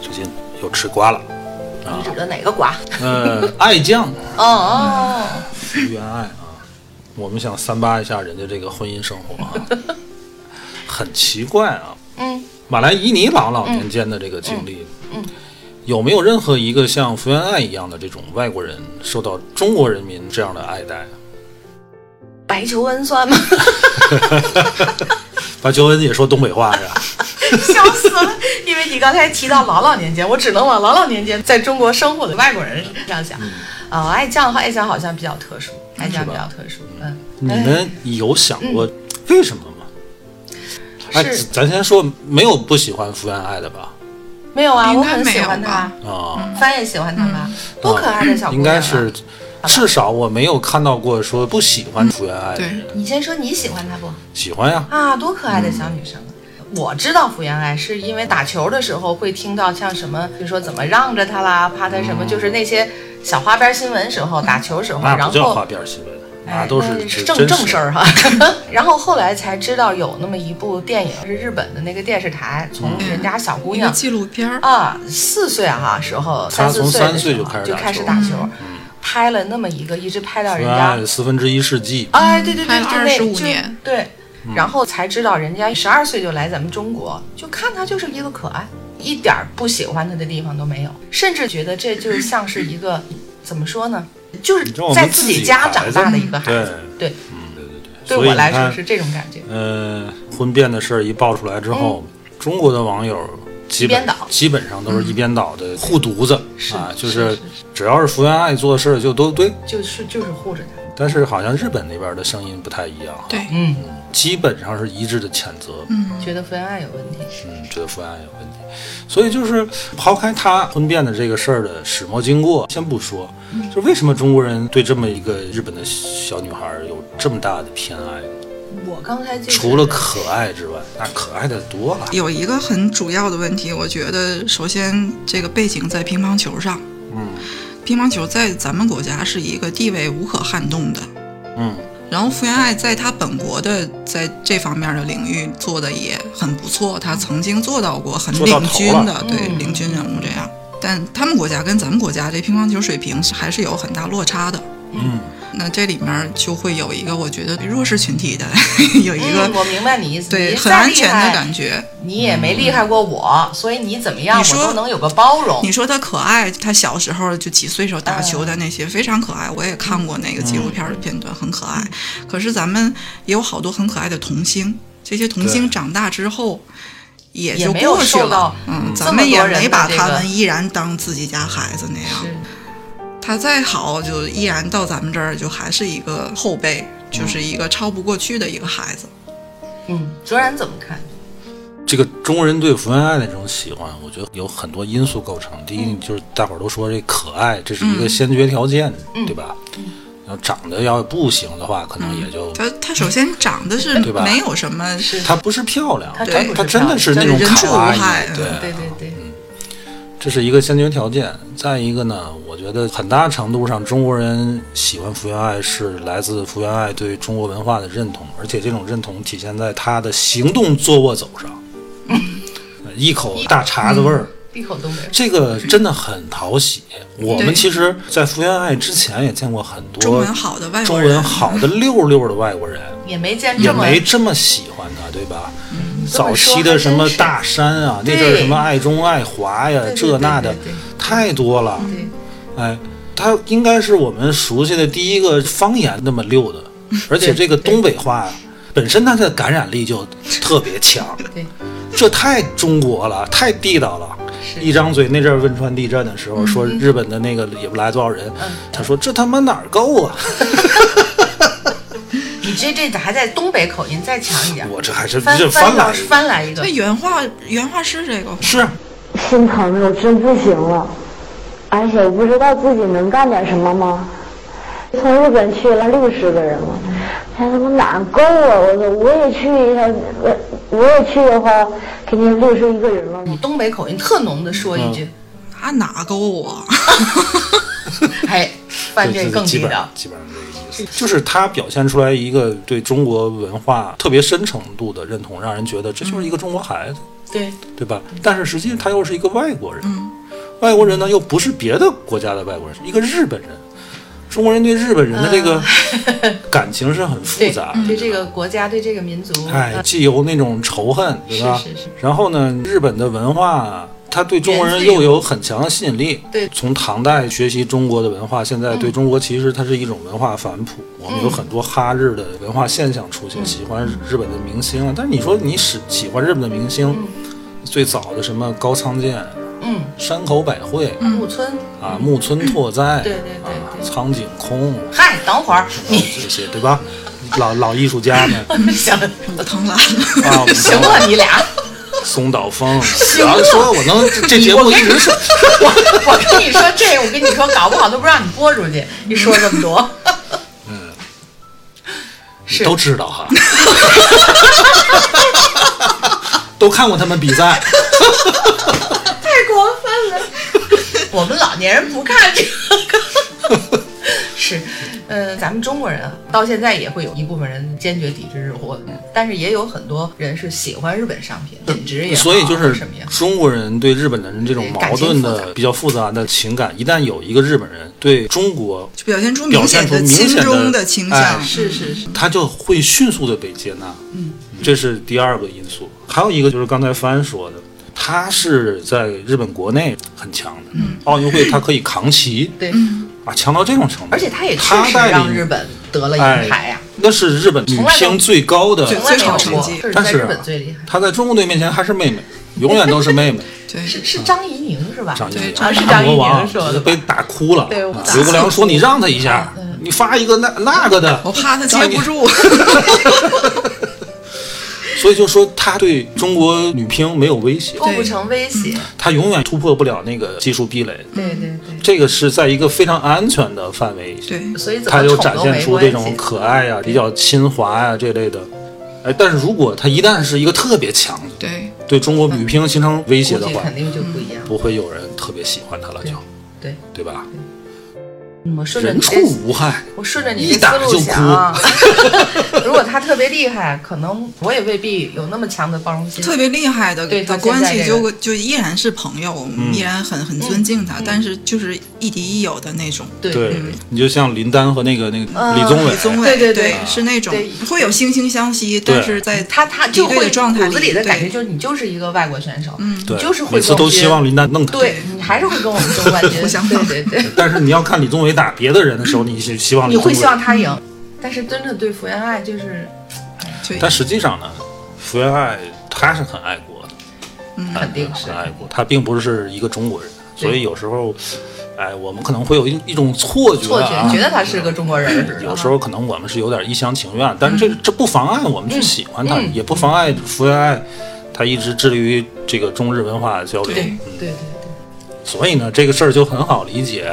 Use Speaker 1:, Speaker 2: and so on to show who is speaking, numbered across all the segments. Speaker 1: 最近又吃瓜了，
Speaker 2: 你指的哪个瓜？
Speaker 1: 呃， 爱酱
Speaker 2: 哦哦，
Speaker 1: 福原爱啊，我们想三八一下人家这个婚姻生活 啊，很奇怪啊。
Speaker 2: 嗯，
Speaker 1: 马来以你老老年间的这个经历，
Speaker 2: 嗯嗯
Speaker 1: 有没有任何一个像福原爱一样的这种外国人受到中国人民这样的爱戴？啊
Speaker 2: 白求恩算吗？
Speaker 1: 把九恩也说东北话 是吧？
Speaker 2: 笑死了！因为你刚才提到老老年间，我只能往老老年间在中国生活的外国人身上想。
Speaker 1: 嗯
Speaker 2: 啊、爱酱和爱酱好像比较特殊，爱酱比较特殊。嗯，
Speaker 1: 你们有想过为什么吗？哎，
Speaker 2: 是
Speaker 1: 咱先说没有不喜欢福原爱的吧？
Speaker 2: 没有啊，
Speaker 3: 应
Speaker 2: 我
Speaker 3: 该
Speaker 2: 很喜
Speaker 3: 没有
Speaker 2: 欢他
Speaker 3: 吧，
Speaker 1: 啊，
Speaker 2: 帆也喜欢他吧，多可爱的小姑
Speaker 1: 应
Speaker 2: 娘、啊！
Speaker 1: 该是，至少我没有看到过说不喜欢福原爱的人。
Speaker 2: 你先说你喜欢他不？
Speaker 1: 喜欢呀，
Speaker 2: 啊，多可爱的小女生啊！
Speaker 1: 嗯
Speaker 2: 我知道福原爱是因为打球的时候会听到像什么，比如说怎么让着她啦，怕她什么，就是那些小花边新闻时候打球时候，
Speaker 1: 嗯那
Speaker 2: 嗯然
Speaker 1: 不叫
Speaker 2: 后
Speaker 1: 花边新闻，那
Speaker 2: 哎，
Speaker 1: 啊都
Speaker 2: 那
Speaker 1: 是
Speaker 2: 正
Speaker 1: 真
Speaker 2: 正 事儿哈。啊 然后后来才知道有那么一部电影是日本的那个电视台，从
Speaker 1: 嗯
Speaker 2: 人家小姑
Speaker 3: 一个
Speaker 2: 娘
Speaker 3: 纪录片儿，
Speaker 2: 啊四岁哈、时候，
Speaker 1: 她
Speaker 2: 三四
Speaker 1: 从
Speaker 2: 岁的
Speaker 1: 三岁
Speaker 2: 时
Speaker 1: 就
Speaker 2: 候
Speaker 1: 开始
Speaker 2: 就
Speaker 1: 打
Speaker 2: 开始
Speaker 1: 球嗯
Speaker 2: 打
Speaker 3: 嗯
Speaker 2: 球，拍了那么一个，一直拍到
Speaker 1: 福
Speaker 2: 人
Speaker 1: 原
Speaker 2: 家
Speaker 1: 爱四分之一世纪。
Speaker 2: 哎，对对对，
Speaker 3: 拍了
Speaker 2: 就那
Speaker 3: 25
Speaker 2: 就
Speaker 3: 年
Speaker 2: 对，
Speaker 1: 嗯
Speaker 2: 然后才知道人家十二岁就来咱们中国，就看他就是一个可爱，一点儿不喜欢他的地方都没有，甚至觉得这就像是一个怎么说呢，就是
Speaker 1: 你知道我们
Speaker 2: 在
Speaker 1: 自己
Speaker 2: 己家
Speaker 1: 孩
Speaker 2: 长
Speaker 1: 子
Speaker 2: 大的一个孩
Speaker 1: 对
Speaker 2: 子，，对，
Speaker 1: 嗯，对对对。
Speaker 2: 对
Speaker 1: 所以
Speaker 2: 我
Speaker 1: 你
Speaker 2: 来说
Speaker 1: 看，
Speaker 2: 是这种感觉。
Speaker 1: 呃，婚变的事儿一爆出来之后，中国的网友基
Speaker 2: 嗯一边
Speaker 1: 本
Speaker 2: 倒嗯
Speaker 1: 基本上都是一边倒的护犊子
Speaker 2: 是
Speaker 1: 啊，就是是
Speaker 2: 是
Speaker 1: 只要是福原爱做的事儿就都对。
Speaker 2: 就是就是护着他，
Speaker 1: 但是好像日本那边的声音不太一样，啊
Speaker 3: 对，
Speaker 2: 嗯，
Speaker 1: 基本上是一致的谴责。
Speaker 3: 嗯，
Speaker 2: 觉得福原爱有问题，
Speaker 1: 嗯，觉得福原爱有问题，所以就是抛开他婚变的这个事儿的始末经过，先不说，就是为什么中国人对这么一个日本的小女孩儿有这么大的偏爱？
Speaker 2: 我刚才就是
Speaker 1: 除了可爱之外，那可爱的多了。
Speaker 3: 有一个很主要的问题，我觉得首先这个背景在乒乓球上，
Speaker 1: 嗯
Speaker 3: 乒乓球在咱们国家是一个地位无可撼动的。
Speaker 1: 嗯，
Speaker 3: 然后福原爱在她本国的在这方面的领域做的也很不错，她曾经做到过很
Speaker 1: 做到
Speaker 3: 领
Speaker 1: 头
Speaker 3: 军
Speaker 1: 了
Speaker 3: 的，对
Speaker 2: 嗯
Speaker 3: 领军人物这样。但他们国家跟咱们国家这乒乓球水平是还是有很大落差的。
Speaker 1: 嗯，
Speaker 3: 那这里面就会有一个我觉得弱势群体的 有一个
Speaker 2: 嗯，我明白你意思，
Speaker 3: 对
Speaker 2: 你
Speaker 3: 很
Speaker 2: 再
Speaker 3: 安
Speaker 2: 厉
Speaker 3: 全
Speaker 2: 害
Speaker 3: 的感觉。嗯
Speaker 2: 你也没厉害过我，所以你怎么样，
Speaker 3: 你
Speaker 2: 我
Speaker 3: 说
Speaker 2: 都能有个包容
Speaker 3: 你。说她可爱，她小时候就几岁时候打
Speaker 2: 嗯
Speaker 3: 球的那些、非常可爱，我也看过那个纪录片的片段，很可爱。
Speaker 2: 嗯
Speaker 3: 可是咱们也有好多很可爱的童星，这些童
Speaker 1: 对
Speaker 3: 星长大之后也
Speaker 2: 也
Speaker 3: 就
Speaker 2: 没有
Speaker 3: 过去
Speaker 2: 受
Speaker 3: 了
Speaker 2: 到，
Speaker 3: 嗯，
Speaker 2: 这
Speaker 3: 咱
Speaker 2: 么
Speaker 3: 们也
Speaker 2: 多人的
Speaker 3: 没把
Speaker 2: 这
Speaker 3: 他
Speaker 2: 个
Speaker 3: 们依然当自己家孩子那样。他再好，就依然到咱们这儿就还是一个后辈，就是一个超不过去的一个孩子。
Speaker 2: 嗯，卓然怎么看？
Speaker 1: 这个中国人对福原爱的这种喜欢，我觉得有很多因素构成。第一，
Speaker 3: 嗯
Speaker 1: 就是大伙儿都说这可爱，这是一个先决条件，对吧？
Speaker 3: 嗯
Speaker 1: 然后长得要不行的话，可能也就
Speaker 3: 他他首先长得是
Speaker 1: 对吧
Speaker 3: 没有什么
Speaker 2: 是
Speaker 1: 她不是漂亮，
Speaker 2: 她
Speaker 3: 真不是
Speaker 1: 她真的是那种
Speaker 3: 漂
Speaker 1: 可
Speaker 3: 亮人畜无害
Speaker 1: 爱，
Speaker 3: 嗯
Speaker 2: 对对对，
Speaker 1: 这是一个先决条件。再一个呢，我觉得很大程度上中国人喜欢福原爱是来自福原爱对中国文化的认同，而且这种认同体现在她的行动坐卧走上， 呃一口大碴子味
Speaker 3: 嗯
Speaker 1: 儿。
Speaker 2: 一口都没有。
Speaker 1: 这个真的很讨喜。我们
Speaker 3: 对
Speaker 1: 其实，在福原爱之前也见过很多
Speaker 3: 中文好的外国
Speaker 1: 中
Speaker 3: 人，
Speaker 1: 文好的溜溜的外国人，
Speaker 2: 也没见
Speaker 1: 也
Speaker 2: 这么嗯
Speaker 1: 没这么喜欢他，对吧？
Speaker 2: 这
Speaker 1: 早
Speaker 2: 么说
Speaker 1: 期的什么大山啊，那
Speaker 2: 对
Speaker 1: 阵儿什么爱中爱华呀
Speaker 2: 对，对
Speaker 1: 这那的
Speaker 2: 对对对
Speaker 1: 太多了。
Speaker 2: 对
Speaker 1: 哎，他应该是我们熟悉的第一个方言那么溜的，
Speaker 2: 嗯
Speaker 1: 而且这个东北话本身它的感染力就特别强，
Speaker 2: 对，
Speaker 1: 这太中国了，太地道了。
Speaker 2: 是嗯
Speaker 1: 一张嘴，那阵儿汶川地震的时候，说日本的那个也不来多少人，他说这他妈哪儿够啊！，
Speaker 2: 你这这还在东北口音再强一点
Speaker 1: 我这还是
Speaker 2: 翻
Speaker 1: 这
Speaker 2: 翻
Speaker 1: 来
Speaker 2: 翻来一个
Speaker 3: 那，原话原话是这个话
Speaker 1: 是，啊
Speaker 4: 心疼的我真不行了，而且我不知道自己能干点什么吗？从日本去了六十个人嘛，哎，他们哪够啊？我说我也去一下，我我也去的话，肯定六十一个人了嘛
Speaker 2: 你。东北口音特浓的说一句，
Speaker 3: 啊哪够啊？
Speaker 2: 哎，犯这更
Speaker 1: 嗯基
Speaker 2: 地
Speaker 1: 本
Speaker 2: 道。
Speaker 1: 基本上这个意思，就是他表现出来一个对中国文化特别深程度的认同，让人觉得这就是一个中国孩子，
Speaker 2: 对，
Speaker 1: 对吧？
Speaker 2: 嗯
Speaker 1: 但是实际上他又是一个外国人，外国人呢又不是别的国家的外国人，是一个日本人。中国人对日本人的这个感情是很复
Speaker 2: 对
Speaker 1: 杂，
Speaker 2: 嗯对
Speaker 3: 嗯
Speaker 1: 的。
Speaker 2: 这个国家，对这个民族，
Speaker 1: 哎，
Speaker 2: 呃
Speaker 1: 既有那种仇恨，对吧？
Speaker 2: 是是是
Speaker 1: 然后呢，日本的文化，它对中国人
Speaker 2: 源自于
Speaker 1: 又有很强的吸引力。
Speaker 2: 对嗯
Speaker 1: 从唐代学习中国的文化，现在对中国其实它是一种文化反哺。我们有很多哈日的文化现象出
Speaker 2: 嗯
Speaker 1: 现，喜欢日本的明星啊。但是你说你喜喜欢日本的明星，最早的什么高仓健、
Speaker 2: 嗯，
Speaker 1: 山口百惠
Speaker 3: 嗯
Speaker 2: 木村，
Speaker 1: 啊、木村拓哉，
Speaker 2: 嗯对对对
Speaker 1: 啊，
Speaker 2: 对
Speaker 1: 苍井空，
Speaker 2: 嗨，等会儿你
Speaker 1: 这些对吧？老老艺术 家们啊
Speaker 2: 行
Speaker 3: 武藤兰，
Speaker 1: 啊，我们
Speaker 2: 行了，你俩，
Speaker 1: 松岛枫，行
Speaker 2: 啊
Speaker 1: 说我能这这节目一直是，
Speaker 2: 我跟你说这，我跟你说，搞不好都不让你播出去。你说这么多，是
Speaker 1: 你都知道哈，都看过他们比赛，
Speaker 2: 太过分了！我们老年人不看这个。 是，呃，咱们中国人啊，到现在也会有一部分人坚决抵制日货的，
Speaker 1: 嗯
Speaker 2: 但是也有很多人是喜欢日本商品，品质也好
Speaker 1: 所以就是
Speaker 2: 什么呀？
Speaker 1: 中国人对日本人这种矛盾
Speaker 2: 感情复
Speaker 1: 的
Speaker 2: 杂
Speaker 1: 比较复杂的情感，一旦有一个日本人对中国，
Speaker 3: 就表现出
Speaker 1: 表
Speaker 3: 明
Speaker 1: 现
Speaker 3: 显
Speaker 1: 出
Speaker 3: 的
Speaker 1: 明
Speaker 3: 亲
Speaker 1: 显的
Speaker 3: 中的倾向
Speaker 1: 哎。
Speaker 2: 是是是，
Speaker 1: 他就会迅速的被接纳，嗯，这是第二个因素，还有一个就是刚才帆说的。他是在日本国内很强的，
Speaker 2: 嗯
Speaker 1: 奥运会他可以扛旗，
Speaker 2: 对，
Speaker 1: 啊，强到这种程度，
Speaker 2: 而且他也确
Speaker 1: 他
Speaker 2: 实
Speaker 1: 带领
Speaker 2: 让日本得了哎银牌啊呀、
Speaker 1: 哎那是日本女乒最高的，
Speaker 2: 从来没有
Speaker 3: 最
Speaker 2: 过，
Speaker 3: 好成绩
Speaker 2: 就是
Speaker 1: 但
Speaker 2: 在
Speaker 1: 是
Speaker 2: 日
Speaker 1: 啊
Speaker 2: 本最厉害，
Speaker 1: 她在中国队面前还是妹 妹，永远都是妹妹。
Speaker 3: 对，
Speaker 2: 是是张怡宁是吧？
Speaker 1: 张怡宁，
Speaker 2: 啊是
Speaker 1: 大
Speaker 2: 张怡
Speaker 1: 魔
Speaker 2: 宁
Speaker 1: 王
Speaker 2: 说的吧
Speaker 1: 被？打哭了。
Speaker 2: 对我
Speaker 1: 啊
Speaker 2: 打嗯
Speaker 1: 刘国梁说：“你让他一下，你发一个那那个的。”
Speaker 3: 我怕他接 不住。
Speaker 1: 所以就说他对中国女乒没有威胁，
Speaker 2: 构不成威胁，
Speaker 1: 他永远突破不了那个技术壁垒。
Speaker 2: 对对对，
Speaker 1: 这个是在一个非常安全的范围，
Speaker 3: 对，
Speaker 2: 所以怎
Speaker 1: 他
Speaker 2: 么
Speaker 1: 就
Speaker 2: 宠
Speaker 1: 展
Speaker 2: 都
Speaker 1: 现
Speaker 2: 没
Speaker 1: 出
Speaker 2: 关
Speaker 1: 这
Speaker 2: 系。
Speaker 1: 种可爱呀、比较亲华呀、这类的。哎，但是如果他一旦是一个特别强的，
Speaker 3: 对，
Speaker 1: 对中国女乒形成威胁的
Speaker 2: 嗯估计
Speaker 1: 话，
Speaker 2: 肯定就不一样。
Speaker 1: 不会有人特别喜欢他了，就
Speaker 2: 对，
Speaker 1: 对吧？
Speaker 2: 嗯我顺着
Speaker 1: 人
Speaker 2: 你
Speaker 1: 畜
Speaker 2: 这，
Speaker 1: 无害，
Speaker 2: 我顺着你
Speaker 1: 一
Speaker 2: 这
Speaker 1: 打
Speaker 2: 思路
Speaker 1: 就
Speaker 2: 想啊， 如果他特别厉害，可能我也未必有那么强的包容心。
Speaker 3: 特别厉害的
Speaker 2: 对
Speaker 3: 的
Speaker 2: 他现
Speaker 3: 关
Speaker 2: 在
Speaker 3: 系
Speaker 2: 这
Speaker 3: 就
Speaker 2: 个
Speaker 3: 就依然是朋友，我们
Speaker 1: 嗯
Speaker 3: 依然很很尊敬他，但是就是亦敌亦友的那种。
Speaker 2: 嗯对嗯
Speaker 1: 对，你就像林丹和那个那个李宗伟，
Speaker 3: 李宗
Speaker 2: 对
Speaker 3: 伟，
Speaker 2: 对对
Speaker 3: 对，是那种
Speaker 2: 对
Speaker 3: 会有惺惺相惜，
Speaker 1: 对
Speaker 3: 但是在
Speaker 2: 他他就
Speaker 3: 敌对
Speaker 2: 会
Speaker 3: 的状态
Speaker 2: 骨子
Speaker 3: 里
Speaker 2: 里的感觉
Speaker 3: 对
Speaker 2: 就是你就是一个外国选手，
Speaker 3: 嗯
Speaker 1: 对，
Speaker 2: 你就是会
Speaker 1: 每次都
Speaker 2: 冠军
Speaker 1: 希望林丹弄他。
Speaker 2: 对你还是会跟我们争冠军，
Speaker 3: 互相
Speaker 2: 对对对，
Speaker 1: 但是你要看李宗伟打别的人的时候，你是希望
Speaker 2: 你
Speaker 1: 李宗
Speaker 2: 会
Speaker 1: 伟
Speaker 2: 希望他赢，但是真的对福原爱就是
Speaker 3: 对
Speaker 1: 但实际上呢，福原爱她是很爱国的，
Speaker 2: 肯定是
Speaker 1: 很嗯爱国，她并不是一个中国人，所以有时候，哎，我们可能会有一一种错觉
Speaker 2: 错觉，
Speaker 1: 啊，
Speaker 2: 觉得他是个中国人似的。
Speaker 1: 有时候可能我们是有点一厢情愿，但是这这不妨碍我们去喜欢他，也不妨碍福原爱，他一直致力于这个中日文化的交流。
Speaker 2: 对对对
Speaker 1: 所以呢，这个事儿就很好理解。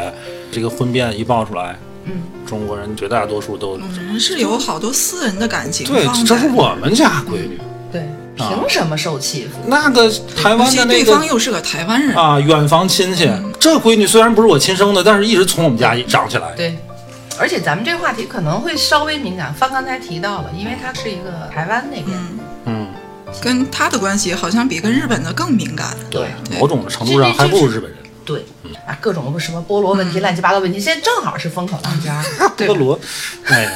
Speaker 1: 这个婚变一爆出来，
Speaker 2: 嗯，
Speaker 1: 中国人绝大多数都、
Speaker 3: 人是有好多私人的感情
Speaker 1: 对，
Speaker 3: 嗯放
Speaker 1: 这是
Speaker 3: 在。
Speaker 1: 我们家闺女。
Speaker 2: 对对，
Speaker 1: 啊
Speaker 2: 凭什么受欺负？
Speaker 1: 那个台
Speaker 3: 尤
Speaker 1: 湾
Speaker 3: 其
Speaker 1: 的那
Speaker 3: 对
Speaker 1: 个
Speaker 3: 方又是个台湾人，
Speaker 1: 啊，远房亲戚，这闺女虽然不是我亲生的，但是一直从我们家长起来。
Speaker 2: 对，而且咱们这个话题可能会稍微敏感，方刚才提到了，因为他是一个台湾那边，
Speaker 1: 嗯，
Speaker 3: 跟他的关系好像比跟日本的更敏感。
Speaker 1: 对，
Speaker 3: 对
Speaker 1: 某种程度上还不如日本人。
Speaker 2: 对啊，各种什么菠萝问题、乱七八糟问题，现在正好是风口浪尖儿，啊对
Speaker 1: 菠萝，哎呀，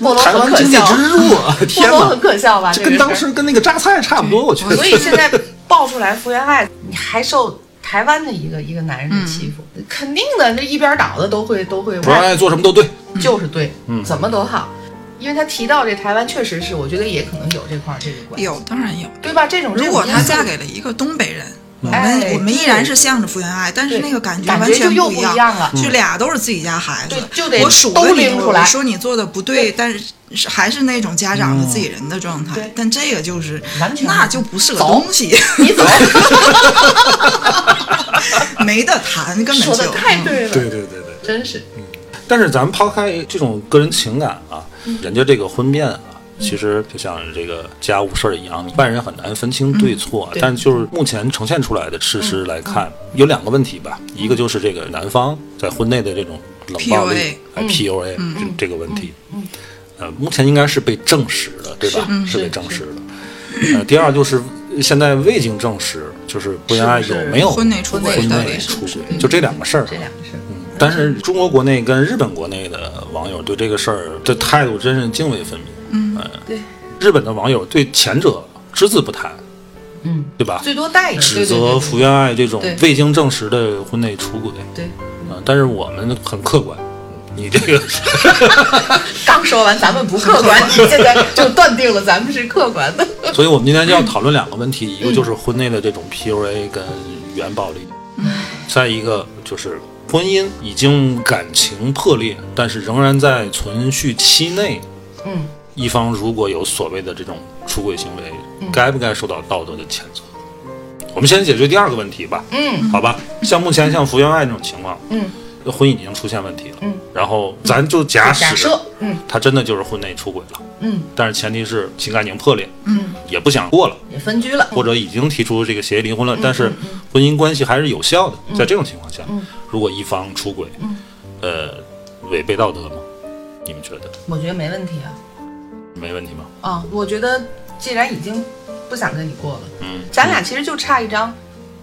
Speaker 2: 菠萝
Speaker 1: 台
Speaker 2: 很
Speaker 1: 湾
Speaker 2: 可
Speaker 1: 经济
Speaker 2: 笑，
Speaker 1: 支柱啊，
Speaker 2: 菠
Speaker 1: 天
Speaker 2: 萝
Speaker 1: 哪
Speaker 2: 很！可笑吧？
Speaker 1: 这
Speaker 2: 这
Speaker 1: 跟
Speaker 2: 个
Speaker 1: 当
Speaker 2: 事儿
Speaker 1: 时跟那个榨菜差不多，我觉得。
Speaker 2: 嗯所以现在爆出来福原爱，你还受台湾的一个一个男人的欺负，肯定的，这一边倒的都会都会，
Speaker 1: 不爱做什么都对，
Speaker 2: 就是对，
Speaker 1: 嗯
Speaker 2: 怎么都好。因为他提到这台湾，确实是，我觉得也可能有这块儿这个关系，
Speaker 3: 有，当然有。
Speaker 2: 对吧？这种
Speaker 3: 如果
Speaker 2: 这种因
Speaker 3: 她
Speaker 2: 素
Speaker 3: 嫁给了一个东北人，我们、
Speaker 2: 哎
Speaker 3: 我们依然是向着福原爱，但是
Speaker 2: 对
Speaker 3: 那个感觉
Speaker 2: 感觉
Speaker 3: 完全
Speaker 2: 就又
Speaker 3: 一
Speaker 2: 不一样 了
Speaker 3: 就俩都是自己家孩子
Speaker 2: 对，就得
Speaker 3: 我数
Speaker 2: 都
Speaker 3: 落你，
Speaker 2: 拎出来
Speaker 3: 我说你做的不对，但是是还是那种家长和自己人的状态，
Speaker 2: 对
Speaker 3: 但这个就是
Speaker 2: 嗯完全
Speaker 3: 那就不是个
Speaker 2: 走
Speaker 3: 东西，
Speaker 2: 你走，
Speaker 3: 没得谈，根本就
Speaker 2: 说的太对了，
Speaker 1: 对对对对。
Speaker 2: 真是
Speaker 1: 但是咱们抛开这种个人情感啊，
Speaker 3: 嗯
Speaker 1: 人家这个婚变啊。其实就像这个家务事儿一样，一般人很难分清对错。
Speaker 3: 嗯
Speaker 2: 对
Speaker 1: 但就是目前呈现出来的事实来看，有两个问题吧。一个就是这个男方在婚内的这种冷暴力
Speaker 3: PUA，、
Speaker 1: 哎 PUA
Speaker 3: 嗯
Speaker 1: 这这个问题，呃，目前应该是被证实的，对吧？
Speaker 3: 嗯
Speaker 2: 是
Speaker 1: 是被
Speaker 2: 是
Speaker 1: 证实的。呃，第二就是现在未经证实，就是不原爱
Speaker 2: 是
Speaker 1: 有
Speaker 2: 不是
Speaker 1: 没有
Speaker 3: 婚内出轨
Speaker 1: 婚
Speaker 3: 到
Speaker 1: 内
Speaker 3: 底是
Speaker 1: 出
Speaker 3: 不是嗯
Speaker 1: 轨，就这两个事儿。啊
Speaker 2: 这两个事儿。
Speaker 1: 但是中国国内跟日本国内的网友对这个事儿的态度真是泾渭分明。嗯，
Speaker 2: 对，
Speaker 1: 日本的网友对前者只字不谈，
Speaker 2: 嗯，
Speaker 1: 对吧？
Speaker 2: 最多带一个
Speaker 1: 指责福原爱这种
Speaker 2: 对
Speaker 1: 未经证实的婚内出轨。
Speaker 2: 对，
Speaker 1: 啊、但是我们很客观，你这个
Speaker 2: 刚说完咱们不客观，你现在就断定了咱们是客观的。
Speaker 1: 所以我们今天就要讨论两个问题，一个就是婚内的这种 PUA 跟原暴力，再一个就是婚姻已经感情破裂，但是仍然在存续期内，
Speaker 2: 嗯，
Speaker 1: 一方如果有所谓的这种出轨行为，
Speaker 2: 嗯
Speaker 1: 该不该受到道德的谴责？我们先解决第二个问题吧，
Speaker 2: 嗯，
Speaker 1: 好吧？像目前像福原爱这种情况，
Speaker 2: 嗯，
Speaker 1: 婚姻已经出现问题了，
Speaker 2: 嗯，
Speaker 1: 然后咱就假使
Speaker 2: 假设，嗯
Speaker 1: 他真的就是婚内出轨了，
Speaker 2: 嗯
Speaker 1: 但是前提是情感已经破裂，
Speaker 3: 嗯，
Speaker 1: 也不想过了。
Speaker 2: 也分居了，
Speaker 1: 或者已经提出这个协议离婚了，但
Speaker 2: 嗯
Speaker 1: 是婚姻关系还是有效的。在这种情况下，如果一方出轨，
Speaker 2: 嗯
Speaker 1: 呃，违背道德吗？你们觉得
Speaker 2: 我觉得没问题啊。
Speaker 1: 没问题吗？
Speaker 2: 啊，我觉得既然已经不想跟你过了，
Speaker 1: 嗯，
Speaker 2: 咱俩其实就差一张